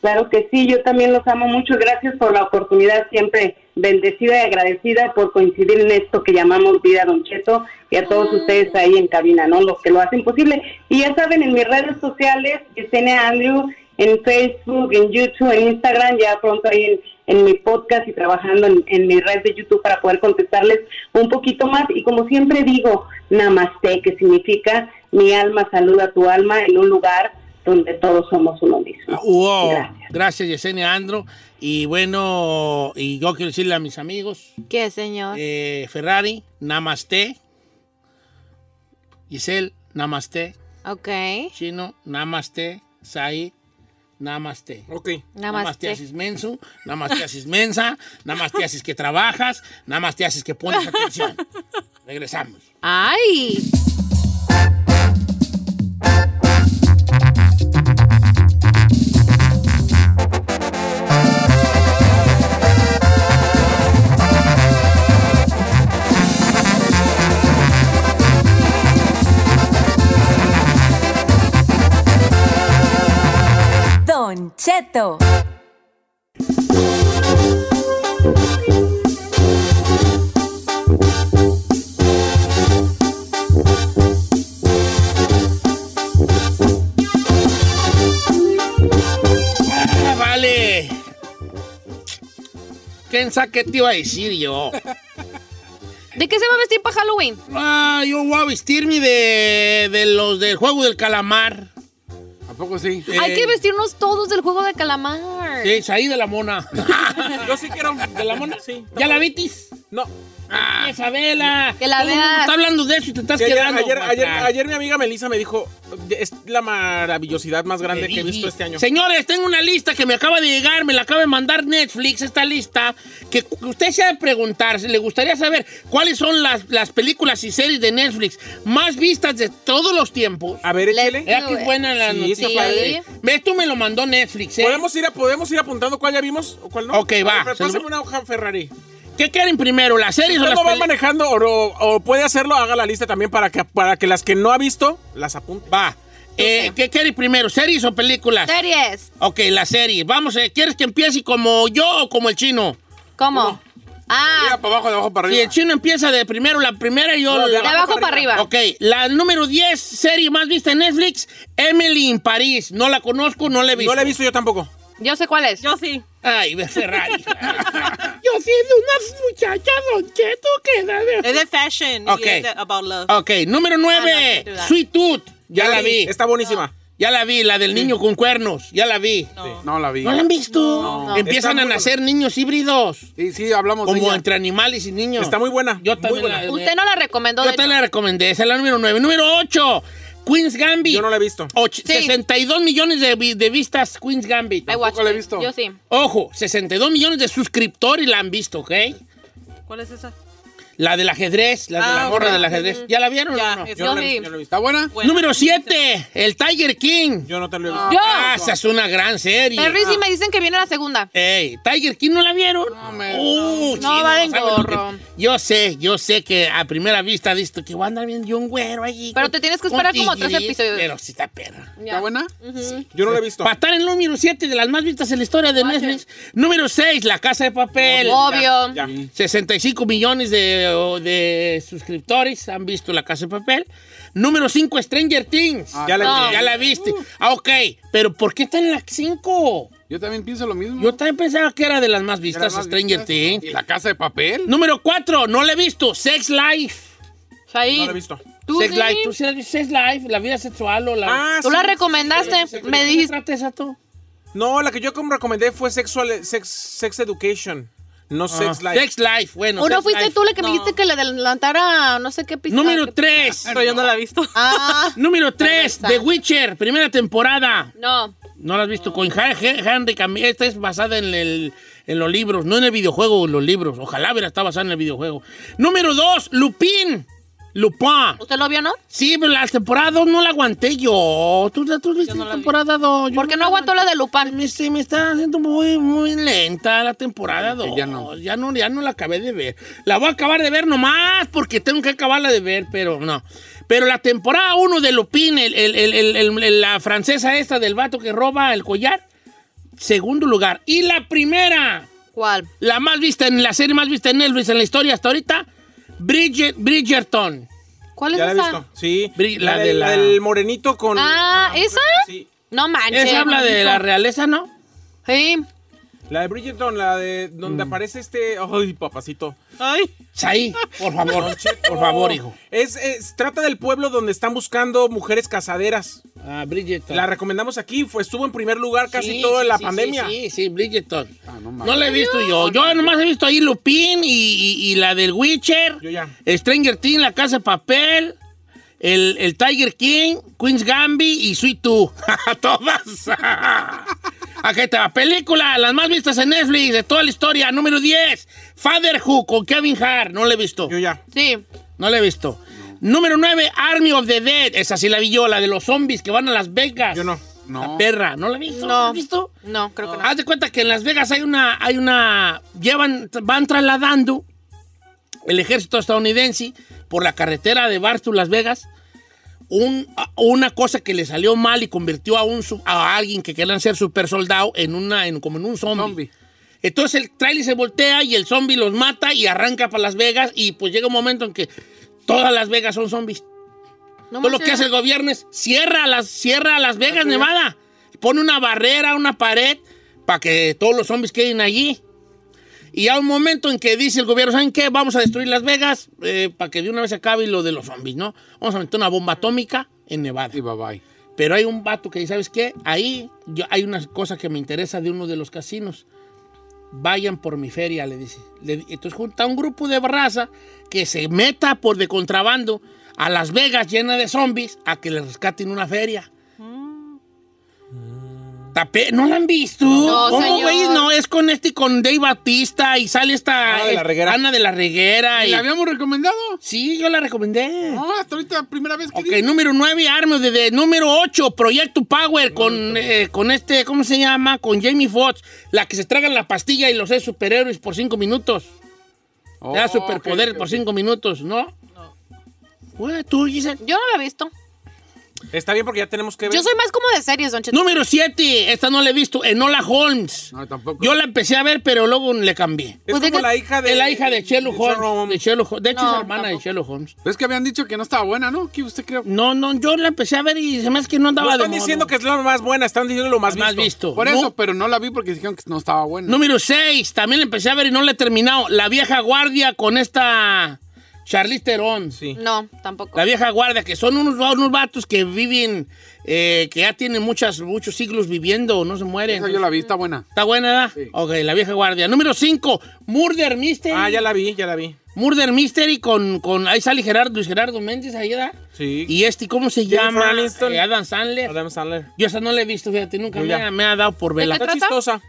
Speaker 7: Claro que sí, yo también los amo mucho. Gracias por la oportunidad, siempre bendecida y agradecida por coincidir en esto que llamamos vida, Don Cheto, y a todos ustedes ahí en cabina, ¿no? Los que lo hacen posible. Y ya saben, en mis redes sociales, Yesenia Andrew, en Facebook, en YouTube, en Instagram, ya pronto ahí en, en mi podcast y trabajando en, en mi red de YouTube para poder contestarles un poquito más. Y como siempre digo, Namaste, que significa mi alma saluda a tu alma en un lugar donde todos somos uno mismo.
Speaker 1: Wow.
Speaker 7: Gracias.
Speaker 1: Gracias, Yesenia Andro. Y bueno, y yo quiero decirle a mis amigos,
Speaker 2: ¿Qué, señor?
Speaker 1: eh, Ferrari, namaste. Giselle, namaste.
Speaker 2: Ok.
Speaker 1: Chino, namaste. Said, namaste.
Speaker 3: Ok.
Speaker 2: Nada
Speaker 1: Nada más
Speaker 2: más.
Speaker 1: te haces menso, nada más te haces mensa, nada más te haces que trabajas, nada más te haces que pones atención. Regresamos.
Speaker 2: Ay.
Speaker 6: Don Cheto.
Speaker 1: Ah, vale. ¿Quién sabe qué te iba a decir yo?
Speaker 2: ¿De qué se va a vestir para Halloween?
Speaker 1: Ah, yo voy a vestirme de, de los del juego del calamar.
Speaker 4: ¿A poco sí?
Speaker 1: Eh,
Speaker 2: Hay que vestirnos todos del juego de calamar.
Speaker 1: Sí, es ahí de la mona.
Speaker 3: Yo sí quiero. ¿De la mona? Sí.
Speaker 1: ¿Ya la vitis?
Speaker 3: No. Ah.
Speaker 1: Esa vela.
Speaker 2: Que la
Speaker 1: Todo el mundo
Speaker 2: veas.
Speaker 1: Está hablando de eso y te estás
Speaker 3: Sí, ayer,
Speaker 1: quedando.
Speaker 3: ayer-
Speaker 1: para
Speaker 3: ayer-
Speaker 1: atrás.
Speaker 3: ayer mi amiga Melissa me dijo, es la maravillosidad más grande
Speaker 1: Te
Speaker 3: que he
Speaker 1: dije.
Speaker 3: visto este año.
Speaker 1: Señores, tengo una lista que me acaba de llegar, me la acaba de mandar Netflix, esta lista, que cu- usted se ha de preguntar, si le gustaría saber cuáles son las, las películas y series de Netflix más vistas de todos los tiempos.
Speaker 3: A ver, échale.
Speaker 1: Era que es buena la
Speaker 3: Sí,
Speaker 1: noticia.
Speaker 3: está
Speaker 2: padre.
Speaker 1: Ves, tú me lo mandó Netflix, ¿eh?
Speaker 3: ¿Podemos ir, a- ¿Podemos ir apuntando cuál ya vimos o cuál no?
Speaker 1: Ok, va.
Speaker 3: A ver, Pásame una hoja Ferrari.
Speaker 1: ¿Qué quieren primero, las
Speaker 3: Si
Speaker 1: series o
Speaker 3: usted
Speaker 1: las
Speaker 3: no va
Speaker 1: películas?
Speaker 3: manejando o, no- o puede hacerlo, haga la lista también para que, para que las que no ha visto las apunte.
Speaker 1: Va. Eh, ¿Qué quieren primero, series o películas?
Speaker 2: Series.
Speaker 1: Ok, las series. Vamos, eh, ¿quieres que empiece como yo o como el chino?
Speaker 2: ¿Cómo? Ah,
Speaker 4: Mira, para abajo, de abajo, para
Speaker 1: Si el
Speaker 4: arriba.
Speaker 1: chino empieza de primero la primera y yo...
Speaker 3: No, de
Speaker 1: la-
Speaker 2: de abajo para arriba.
Speaker 1: Ok, la número 10 serie más vista en Netflix, Emily en París. No la conozco, no la he visto.
Speaker 3: No la he visto yo tampoco.
Speaker 2: Yo sé cuál es.
Speaker 5: Yo sí.
Speaker 1: Ay, Ferrari. Yo siendo una muchacha, don Cheto, que da de...
Speaker 5: Es de fashion. y
Speaker 1: Okay.
Speaker 5: es de- about love.
Speaker 1: Ok, número
Speaker 5: Ah,
Speaker 1: 9,
Speaker 5: no, sí,
Speaker 1: Sweet Tooth. Ya, la vi,
Speaker 3: Está buenísima.
Speaker 1: ya la vi, la del niño con cuernos. Ya la vi. No,
Speaker 5: No.
Speaker 4: No la vi.
Speaker 1: la han visto?
Speaker 2: no.
Speaker 1: Empiezan
Speaker 3: Está
Speaker 1: a
Speaker 3: muy
Speaker 1: nacer niños híbridos.
Speaker 4: Sí, sí, hablamos de
Speaker 1: Como
Speaker 4: ella.
Speaker 1: entre animales y niños.
Speaker 3: Está muy buena.
Speaker 1: Yo
Speaker 3: muy
Speaker 1: también
Speaker 3: buena.
Speaker 1: la-
Speaker 2: Usted no la recomendó.
Speaker 1: Yo
Speaker 2: de
Speaker 1: te
Speaker 2: hecho.
Speaker 1: la recomendé, esa es la número 9. Número 8, Queen's Gambit.
Speaker 3: Yo no la he visto.
Speaker 1: Och-
Speaker 2: Sí.
Speaker 1: 62 millones de, vi- de vistas Queen's Gambit.
Speaker 2: I watched
Speaker 4: la he
Speaker 2: it.
Speaker 4: visto.
Speaker 2: Yo sí.
Speaker 1: Ojo, 62 millones de suscriptores la han visto, ¿ok?
Speaker 5: ¿Cuál es esa?
Speaker 1: La del ajedrez, la de
Speaker 5: Ah,
Speaker 1: la morra
Speaker 5: ok.
Speaker 1: del ajedrez. ¿Ya la vieron
Speaker 5: Ya,
Speaker 1: o no?
Speaker 5: es-
Speaker 3: Yo no la he
Speaker 2: sí.
Speaker 3: visto, yo no la he visto.
Speaker 4: ¿Está buena?
Speaker 5: Bueno,
Speaker 1: Número 7, el Tiger King.
Speaker 3: Yo no te lo he visto.
Speaker 2: Yo.
Speaker 1: Ah, esa es una gran serie.
Speaker 2: Pero Rizzi me dicen que viene la segunda.
Speaker 1: Ey, Tiger King no la vieron.
Speaker 4: me-
Speaker 1: Uh, sí,
Speaker 2: No, va de
Speaker 1: saben lo que-
Speaker 2: gorro.
Speaker 1: Yo sé, yo sé que a primera vista disto que va a andar viendo yo un güero allí.
Speaker 2: Pero
Speaker 1: con-
Speaker 2: te tienes que
Speaker 1: con
Speaker 2: esperar como tres
Speaker 1: tigris,
Speaker 2: episodios.
Speaker 1: Pero sí está perra.
Speaker 4: ¿Está buena?
Speaker 2: Mm.
Speaker 3: Yo no la he visto.
Speaker 1: Para estar en el número 7 de las más vistas en la historia
Speaker 2: Ah,
Speaker 1: de Netflix. Número 6, La Casa de
Speaker 2: Oh,
Speaker 1: Papel.
Speaker 2: Obvio.
Speaker 3: Ya.
Speaker 1: 65 millones de, o- de suscriptores han visto La Casa de Papel. Número 5, Stranger Things.
Speaker 4: Ah,
Speaker 3: Ya la
Speaker 2: no. Uh.
Speaker 3: vi.
Speaker 1: Ya la viste. Ah, ok. Pero ¿por qué está en la 5?
Speaker 4: Yo también pienso lo mismo.
Speaker 1: Yo también pensaba que era de las más
Speaker 4: Era
Speaker 1: vistas,
Speaker 4: más
Speaker 1: Stranger
Speaker 4: vistas.
Speaker 1: Things.
Speaker 4: ¿Y la casa de papel?
Speaker 1: Número 4, no la he visto, Sex Life.
Speaker 2: Shaí,
Speaker 3: No la he visto.
Speaker 2: Pues ¿tú,
Speaker 1: Sex
Speaker 2: sí?
Speaker 1: Life. ¿Tú sí has visto Sex Life? La vida sexual o la...
Speaker 3: Ah,
Speaker 2: Tú
Speaker 3: sí.
Speaker 2: la recomendaste. me
Speaker 1: ¿De qué
Speaker 2: dijiste.
Speaker 1: trata esa tú?
Speaker 3: No, la que yo como recomendé fue Sexual Sex, sex Education, no Sex
Speaker 1: Ah,
Speaker 3: Life.
Speaker 1: Sex Life, bueno.
Speaker 2: ¿O no
Speaker 1: Sex
Speaker 2: fuiste
Speaker 1: Life.
Speaker 2: tú la que me dijiste que le adelantara no sé qué pista?
Speaker 1: Número
Speaker 2: qué-
Speaker 1: 3,
Speaker 5: Pero yo no la he visto.
Speaker 2: Ah,
Speaker 1: Número 3,
Speaker 2: Vergüenza.
Speaker 1: The Witcher, primera temporada.
Speaker 2: no.
Speaker 1: No la has visto con Ha- Ha- Henry Cavill. Esta es basada en, el- en los libros, no en el videojuego, en los libros. Ojalá hubiera estado basada en el videojuego. Número 2, Lupin. Lupin.
Speaker 2: ¿Usted lo vio, no?
Speaker 1: Sí, pero la temporada dos no la aguanté yo. ¿Tú, tú viste
Speaker 5: no
Speaker 1: la
Speaker 5: la vi.
Speaker 1: temporada 2?
Speaker 2: ¿Por qué no aguantó la de Lupán?
Speaker 1: Me, se me está haciendo muy, muy lenta la temporada 2.
Speaker 4: ya no.
Speaker 1: Ya no, ya no la acabé de ver. La voy a acabar de ver nomás porque tengo que acabarla de ver, pero no. Pero la temporada 1 de Lupin, el- el- el- el- el- el- la francesa esta del vato que roba el collar, segundo lugar. Y la primera,
Speaker 2: ¿Cuál?
Speaker 1: la más vista en la serie más vista en Elvis en la historia hasta ahorita, Bridget, Bridgerton.
Speaker 2: ¿Cuál es
Speaker 3: Ya la he
Speaker 2: esa?
Speaker 3: visto. Sí.
Speaker 1: Bri- la
Speaker 3: La,
Speaker 1: de
Speaker 3: del,
Speaker 1: la-
Speaker 3: la del morenito con.
Speaker 2: Ah, ¿esa?
Speaker 3: Sí.
Speaker 2: No manches.
Speaker 1: Esa habla de la realeza, ¿no?
Speaker 2: Sí.
Speaker 3: La de Bridgerton, la de donde
Speaker 1: Mm.
Speaker 3: aparece este. Ay, papacito. Oh,
Speaker 5: Ay,
Speaker 1: Saí, por favor, por favor, hijo.
Speaker 3: Es, es- trata del pueblo donde están buscando mujeres casaderas.
Speaker 1: Ah, Bridgerton.
Speaker 3: La recomendamos aquí. Fue, estuvo en primer lugar casi
Speaker 1: Sí,
Speaker 3: toda
Speaker 1: sí,
Speaker 3: la
Speaker 1: sí,
Speaker 3: pandemia.
Speaker 1: Sí, sí, sí, Bridgerton.
Speaker 4: no
Speaker 1: no,
Speaker 4: mames.
Speaker 1: la he visto yo. Yo nomás he visto ahí Lupin y, y- y la del Witcher.
Speaker 3: Yo ya.
Speaker 1: Stranger Things, La Casa de Papel. El, el Tiger King, Queen's Gambit y Sweet Tooth. Todas. Aquí está. Película, las más vistas en Netflix de toda la historia. Número 10. Fatherhood con Kevin Hart. No la he visto.
Speaker 3: Yo ya.
Speaker 2: Sí.
Speaker 1: No la he visto. Número 9. Army of the Dead. Esa sí la vi yo. La de los zombies que van a Las Vegas.
Speaker 3: Yo no.
Speaker 1: La
Speaker 4: No.
Speaker 1: perra. ¿No la he visto? ¿La
Speaker 2: No.
Speaker 1: has visto?
Speaker 2: No, creo que no.
Speaker 1: Haz de cuenta que en Las Vegas hay una, hay una, llevan, van trasladando el ejército estadounidense por la carretera de Barstow, Las Vegas, un, a- una cosa que le salió mal y convirtió a, un, su- a alguien que querían ser super soldado en una, en, como en un zombie.
Speaker 4: Zombie.
Speaker 1: Entonces el trailer se voltea y el zombie los mata y arranca para Las Vegas y pues llega un momento en que todas Las Vegas son zombies.
Speaker 2: No
Speaker 1: Todo lo
Speaker 2: manches.
Speaker 1: que hace el gobierno es cierra las, cierra Las Vegas, Nevada. Pone una barrera, una pared, para que todos los zombies queden allí. Y hay un momento en que dice el gobierno, ¿saben qué? Vamos a destruir Las Vegas para que de una vez se acabe lo de los zombies, ¿no? Vamos a meter una bomba atómica en Nevada.
Speaker 4: Y bye bye.
Speaker 1: Pero hay un vato que dice, ¿sabes qué? Ahí yo- hay una cosa que me interesa de uno de los casinos. vayan por mi feria, le dice. Le- entonces junta un grupo de raza que se meta por de contrabando a Las Vegas llena de zombies a que le rescaten una feria.
Speaker 3: Mm.
Speaker 1: Tape- ¿No la han visto?
Speaker 2: No,
Speaker 1: ¿Cómo,
Speaker 2: señor.
Speaker 1: güey? No, es con este, con Dave Batista y sale esta
Speaker 3: Ana de la
Speaker 1: eh,
Speaker 3: Reguera.
Speaker 1: Ana de la Reguera.
Speaker 4: ¿Y
Speaker 1: y-
Speaker 4: la Ah. habíamos recomendado?
Speaker 1: Sí, yo la recomendé.
Speaker 4: No, hasta ahorita la primera vez que
Speaker 1: Ok, número 9, Armas de, de- número 8, Proyecto Power con, eh, con este, ¿cómo se llama? Con Jamie Foxx, la que se tragan la pastilla y los es superhéroes por 5 minutos.
Speaker 4: Oh,
Speaker 1: Te da
Speaker 4: ok,
Speaker 1: superpoderes
Speaker 4: ok,
Speaker 1: por
Speaker 4: ok.
Speaker 1: 5 minutos, ¿no? Güey, tú, Giselle.
Speaker 2: Yo no lo he visto.
Speaker 3: Está bien porque ya tenemos que ver.
Speaker 2: Yo soy más como de series, Don Cheto.
Speaker 1: Número 7, esta no la he visto, Enola Holmes.
Speaker 4: No, tampoco.
Speaker 1: Yo la empecé a ver, pero luego le cambié.
Speaker 3: Es
Speaker 2: Pues
Speaker 3: como
Speaker 2: deja-
Speaker 3: la hija de.
Speaker 1: Es la hija de Sherlock Holmes.
Speaker 3: Sherlock
Speaker 1: De, Sherlock Holmes. De hecho,
Speaker 2: No,
Speaker 1: es hermana de
Speaker 2: tampoco.
Speaker 1: Sherlock Holmes.
Speaker 4: Es que habían dicho que no estaba buena, ¿no? Que usted creo.
Speaker 1: No, no, yo la empecé a ver y se me hace que no
Speaker 3: No
Speaker 1: andaba de
Speaker 3: están
Speaker 1: moda.
Speaker 3: diciendo que es la más buena, están diciendo lo más,
Speaker 1: más
Speaker 3: visto.
Speaker 1: visto.
Speaker 4: Por
Speaker 1: No,
Speaker 4: eso, pero no la vi porque dijeron que no estaba buena.
Speaker 1: Número 6, también la empecé a ver y no la he terminado. La vieja guardia con esta Charlize Theron.
Speaker 3: Sí.
Speaker 2: No, tampoco.
Speaker 1: La vieja guardia, que son unos, unos vatos que viven, eh, que ya tienen muchas, muchos siglos viviendo, no se mueren.
Speaker 4: Esa yo la vi, está buena.
Speaker 1: ¿Está buena, verdad?
Speaker 4: Sí.
Speaker 1: Ok, la vieja guardia. Número 5, Murder Mystery.
Speaker 3: Ah, ya la vi, ya la vi.
Speaker 1: Murder Mystery con, con. Ahí sale Gerardo, Luis Gerardo Méndez, ahí da.
Speaker 3: Sí.
Speaker 1: Y este, ¿cómo se
Speaker 3: Jennifer
Speaker 1: llama?
Speaker 3: Aniston.
Speaker 1: Eh, Adam Sandler.
Speaker 3: Adam Sandler.
Speaker 1: Yo esa no la he visto, fíjate, nunca
Speaker 3: Yo
Speaker 1: me
Speaker 3: ya.
Speaker 1: ha, me ha dado por verla.
Speaker 2: qué
Speaker 3: Está
Speaker 2: trata?
Speaker 3: chistosa.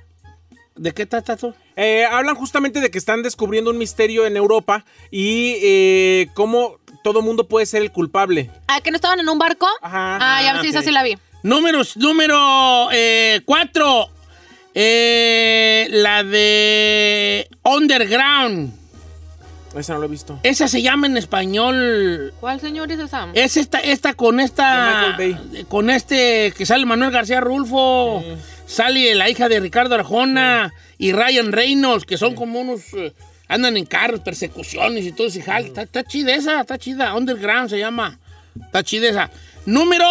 Speaker 1: ¿De qué trata tú?
Speaker 3: Eh, hablan justamente de que están descubriendo un misterio en Europa y eh, cómo todo mundo puede ser el culpable.
Speaker 2: Ah, que no estaban en un barco.
Speaker 3: Ajá.
Speaker 2: Ah, ya sí, esa sí la vi.
Speaker 1: Números, número eh, cuatro. eh, la de Underground.
Speaker 3: Esa no la he visto.
Speaker 1: Esa se llama en español.
Speaker 2: ¿Cuál señor es esa?
Speaker 1: Es esta, esta con esta.
Speaker 3: De Michael
Speaker 1: Con este que sale Manuel García Rulfo. Sale la hija de Ricardo Arjona y Ryan Reynolds, que son como unos. eh, andan en carros, persecuciones y todo ese jal. Está, está chida esa, está chida. Underground se llama. Está chida esa. Número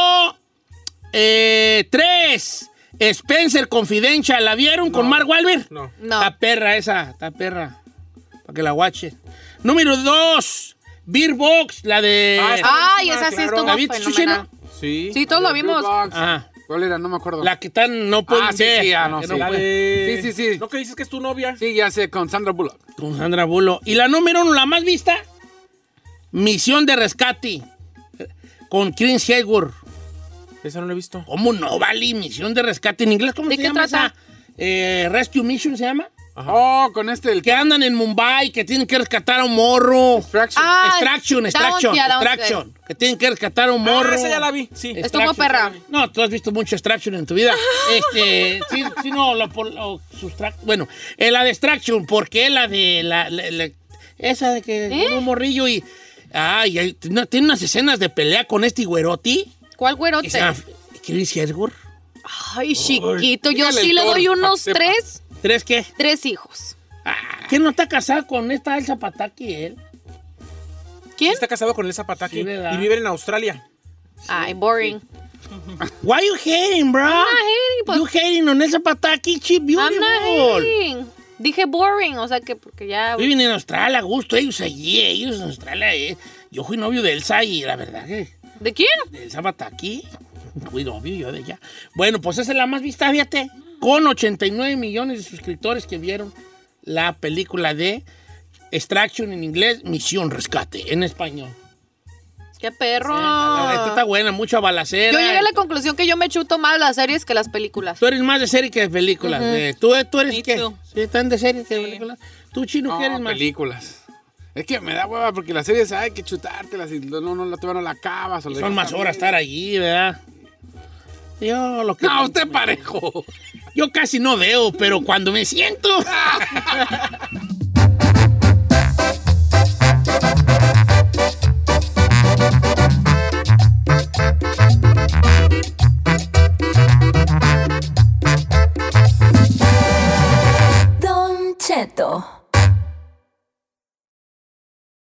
Speaker 1: 3. Spencer Confidential. ¿La vieron con Mark Wahlberg?
Speaker 3: No.
Speaker 2: No.
Speaker 1: Está perra esa, está perra. Para que la watchen. Número 2. Beer Box, la de.
Speaker 3: Ah, está-
Speaker 2: Ay,
Speaker 3: buenísima,
Speaker 2: esa sí
Speaker 3: claro.
Speaker 2: estuvo
Speaker 1: ¿La viste,
Speaker 2: fenomenal.
Speaker 3: Sí.
Speaker 2: Sí, todos lo vimos.
Speaker 4: Box.
Speaker 1: Ajá.
Speaker 4: ¿Cuál era? No me acuerdo.
Speaker 1: La que tan no pueden
Speaker 4: Ah, sí,
Speaker 1: ver,
Speaker 4: sí, ah,
Speaker 1: la
Speaker 4: no,
Speaker 1: que
Speaker 4: sí.
Speaker 3: La
Speaker 1: pueden-
Speaker 3: de-
Speaker 4: Sí, sí, sí.
Speaker 3: Eh, No, que dices que es tu novia.
Speaker 4: Sí, ya sé, con Sandra Bullock.
Speaker 1: Con Sandra Bulo. Y la número uno, la más vista. Misión de rescate. Con Chris Hayward.
Speaker 3: Esa no la he visto.
Speaker 1: ¿Cómo no, Vale? Misión de rescate. ¿En inglés cómo
Speaker 2: ¿De
Speaker 1: se
Speaker 2: qué
Speaker 1: llama
Speaker 2: trata?
Speaker 1: esa? Eh, Rescue Mission se llama.
Speaker 4: Oh, con este, el
Speaker 1: Que andan en Mumbai, que tienen que rescatar a un morro.
Speaker 4: Extraction.
Speaker 2: Ah,
Speaker 1: Extraction,
Speaker 2: Down,
Speaker 1: extraction,
Speaker 2: yeah, down,
Speaker 1: extraction. Que tienen que rescatar a un morro.
Speaker 3: Ah, esa ya la vi. Sí.
Speaker 2: Es- Estuvo
Speaker 1: Extraction.
Speaker 2: perra.
Speaker 1: No, tú has visto mucho Extraction en tu vida. este, sí, sí, no, lo, por- lo sustract- Bueno, eh, la de Extraction, porque la de la, la- la- esa de que
Speaker 2: ¿Eh?
Speaker 1: un morrillo y ay, ay, no, tiene unas escenas de pelea con este güeroti.
Speaker 2: ¿Cuál
Speaker 1: que
Speaker 2: güerote?
Speaker 1: se llama Chris Hedgehorn.
Speaker 2: Ay, chiquito. Yo
Speaker 4: dígale
Speaker 2: sí
Speaker 4: el
Speaker 2: le
Speaker 4: toro,
Speaker 2: doy
Speaker 4: pa' que
Speaker 2: unos
Speaker 4: sepa.
Speaker 2: tres,
Speaker 1: ¿Tres qué?
Speaker 2: tres hijos.
Speaker 1: Ah, ¿Quién no está casado con esta Elsa Pataki eh? él?
Speaker 2: ¿Quién?
Speaker 3: Está casado con Elsa Pataki
Speaker 1: Sí, ¿verdad?
Speaker 3: y viven en Australia.
Speaker 2: Ay, boring.
Speaker 1: Why you hating, bro?
Speaker 2: I'm not hating, pues.
Speaker 1: You hating on Elsa Pataki, she
Speaker 2: I'm not
Speaker 1: beautiful.
Speaker 2: hating. Dije boring, o sea que porque ya.
Speaker 1: Viven en Australia, a gusto, ellos allí, ellos en Australia. eh. Yo fui novio de Elsa y la verdad que
Speaker 2: ¿De quién?
Speaker 1: Elsa Bataki, fui novio yo de ella. Bueno, pues esa es la más vista, fíjate, con 89 millones de suscriptores que vieron la película de Extraction en inglés, Misión Rescate en español. Eh,
Speaker 2: Qué perro.
Speaker 1: La neta está buena, mucha balacera.
Speaker 2: Ah. Yo llegué a la conclusión que yo me chuto más las series que las películas.
Speaker 1: Tú eres más de serie que de películas. eh. ¿Tú, tú eres
Speaker 5: Me
Speaker 1: qué?
Speaker 5: too.
Speaker 1: ¿Sí, ¿Están de serie que de películas? ¿Tú, Chino,
Speaker 4: No,
Speaker 1: qué eres más?
Speaker 4: películas. Es que me da hueva porque las series hay que chutártelas y no, no, no, la- todavía no la acabas. o la
Speaker 1: Son
Speaker 4: dejas
Speaker 1: más horas
Speaker 4: también.
Speaker 1: estar allí, ¿verdad? Yo lo que...
Speaker 4: No, usted parejo.
Speaker 1: Yo casi no veo, pero cuando me siento...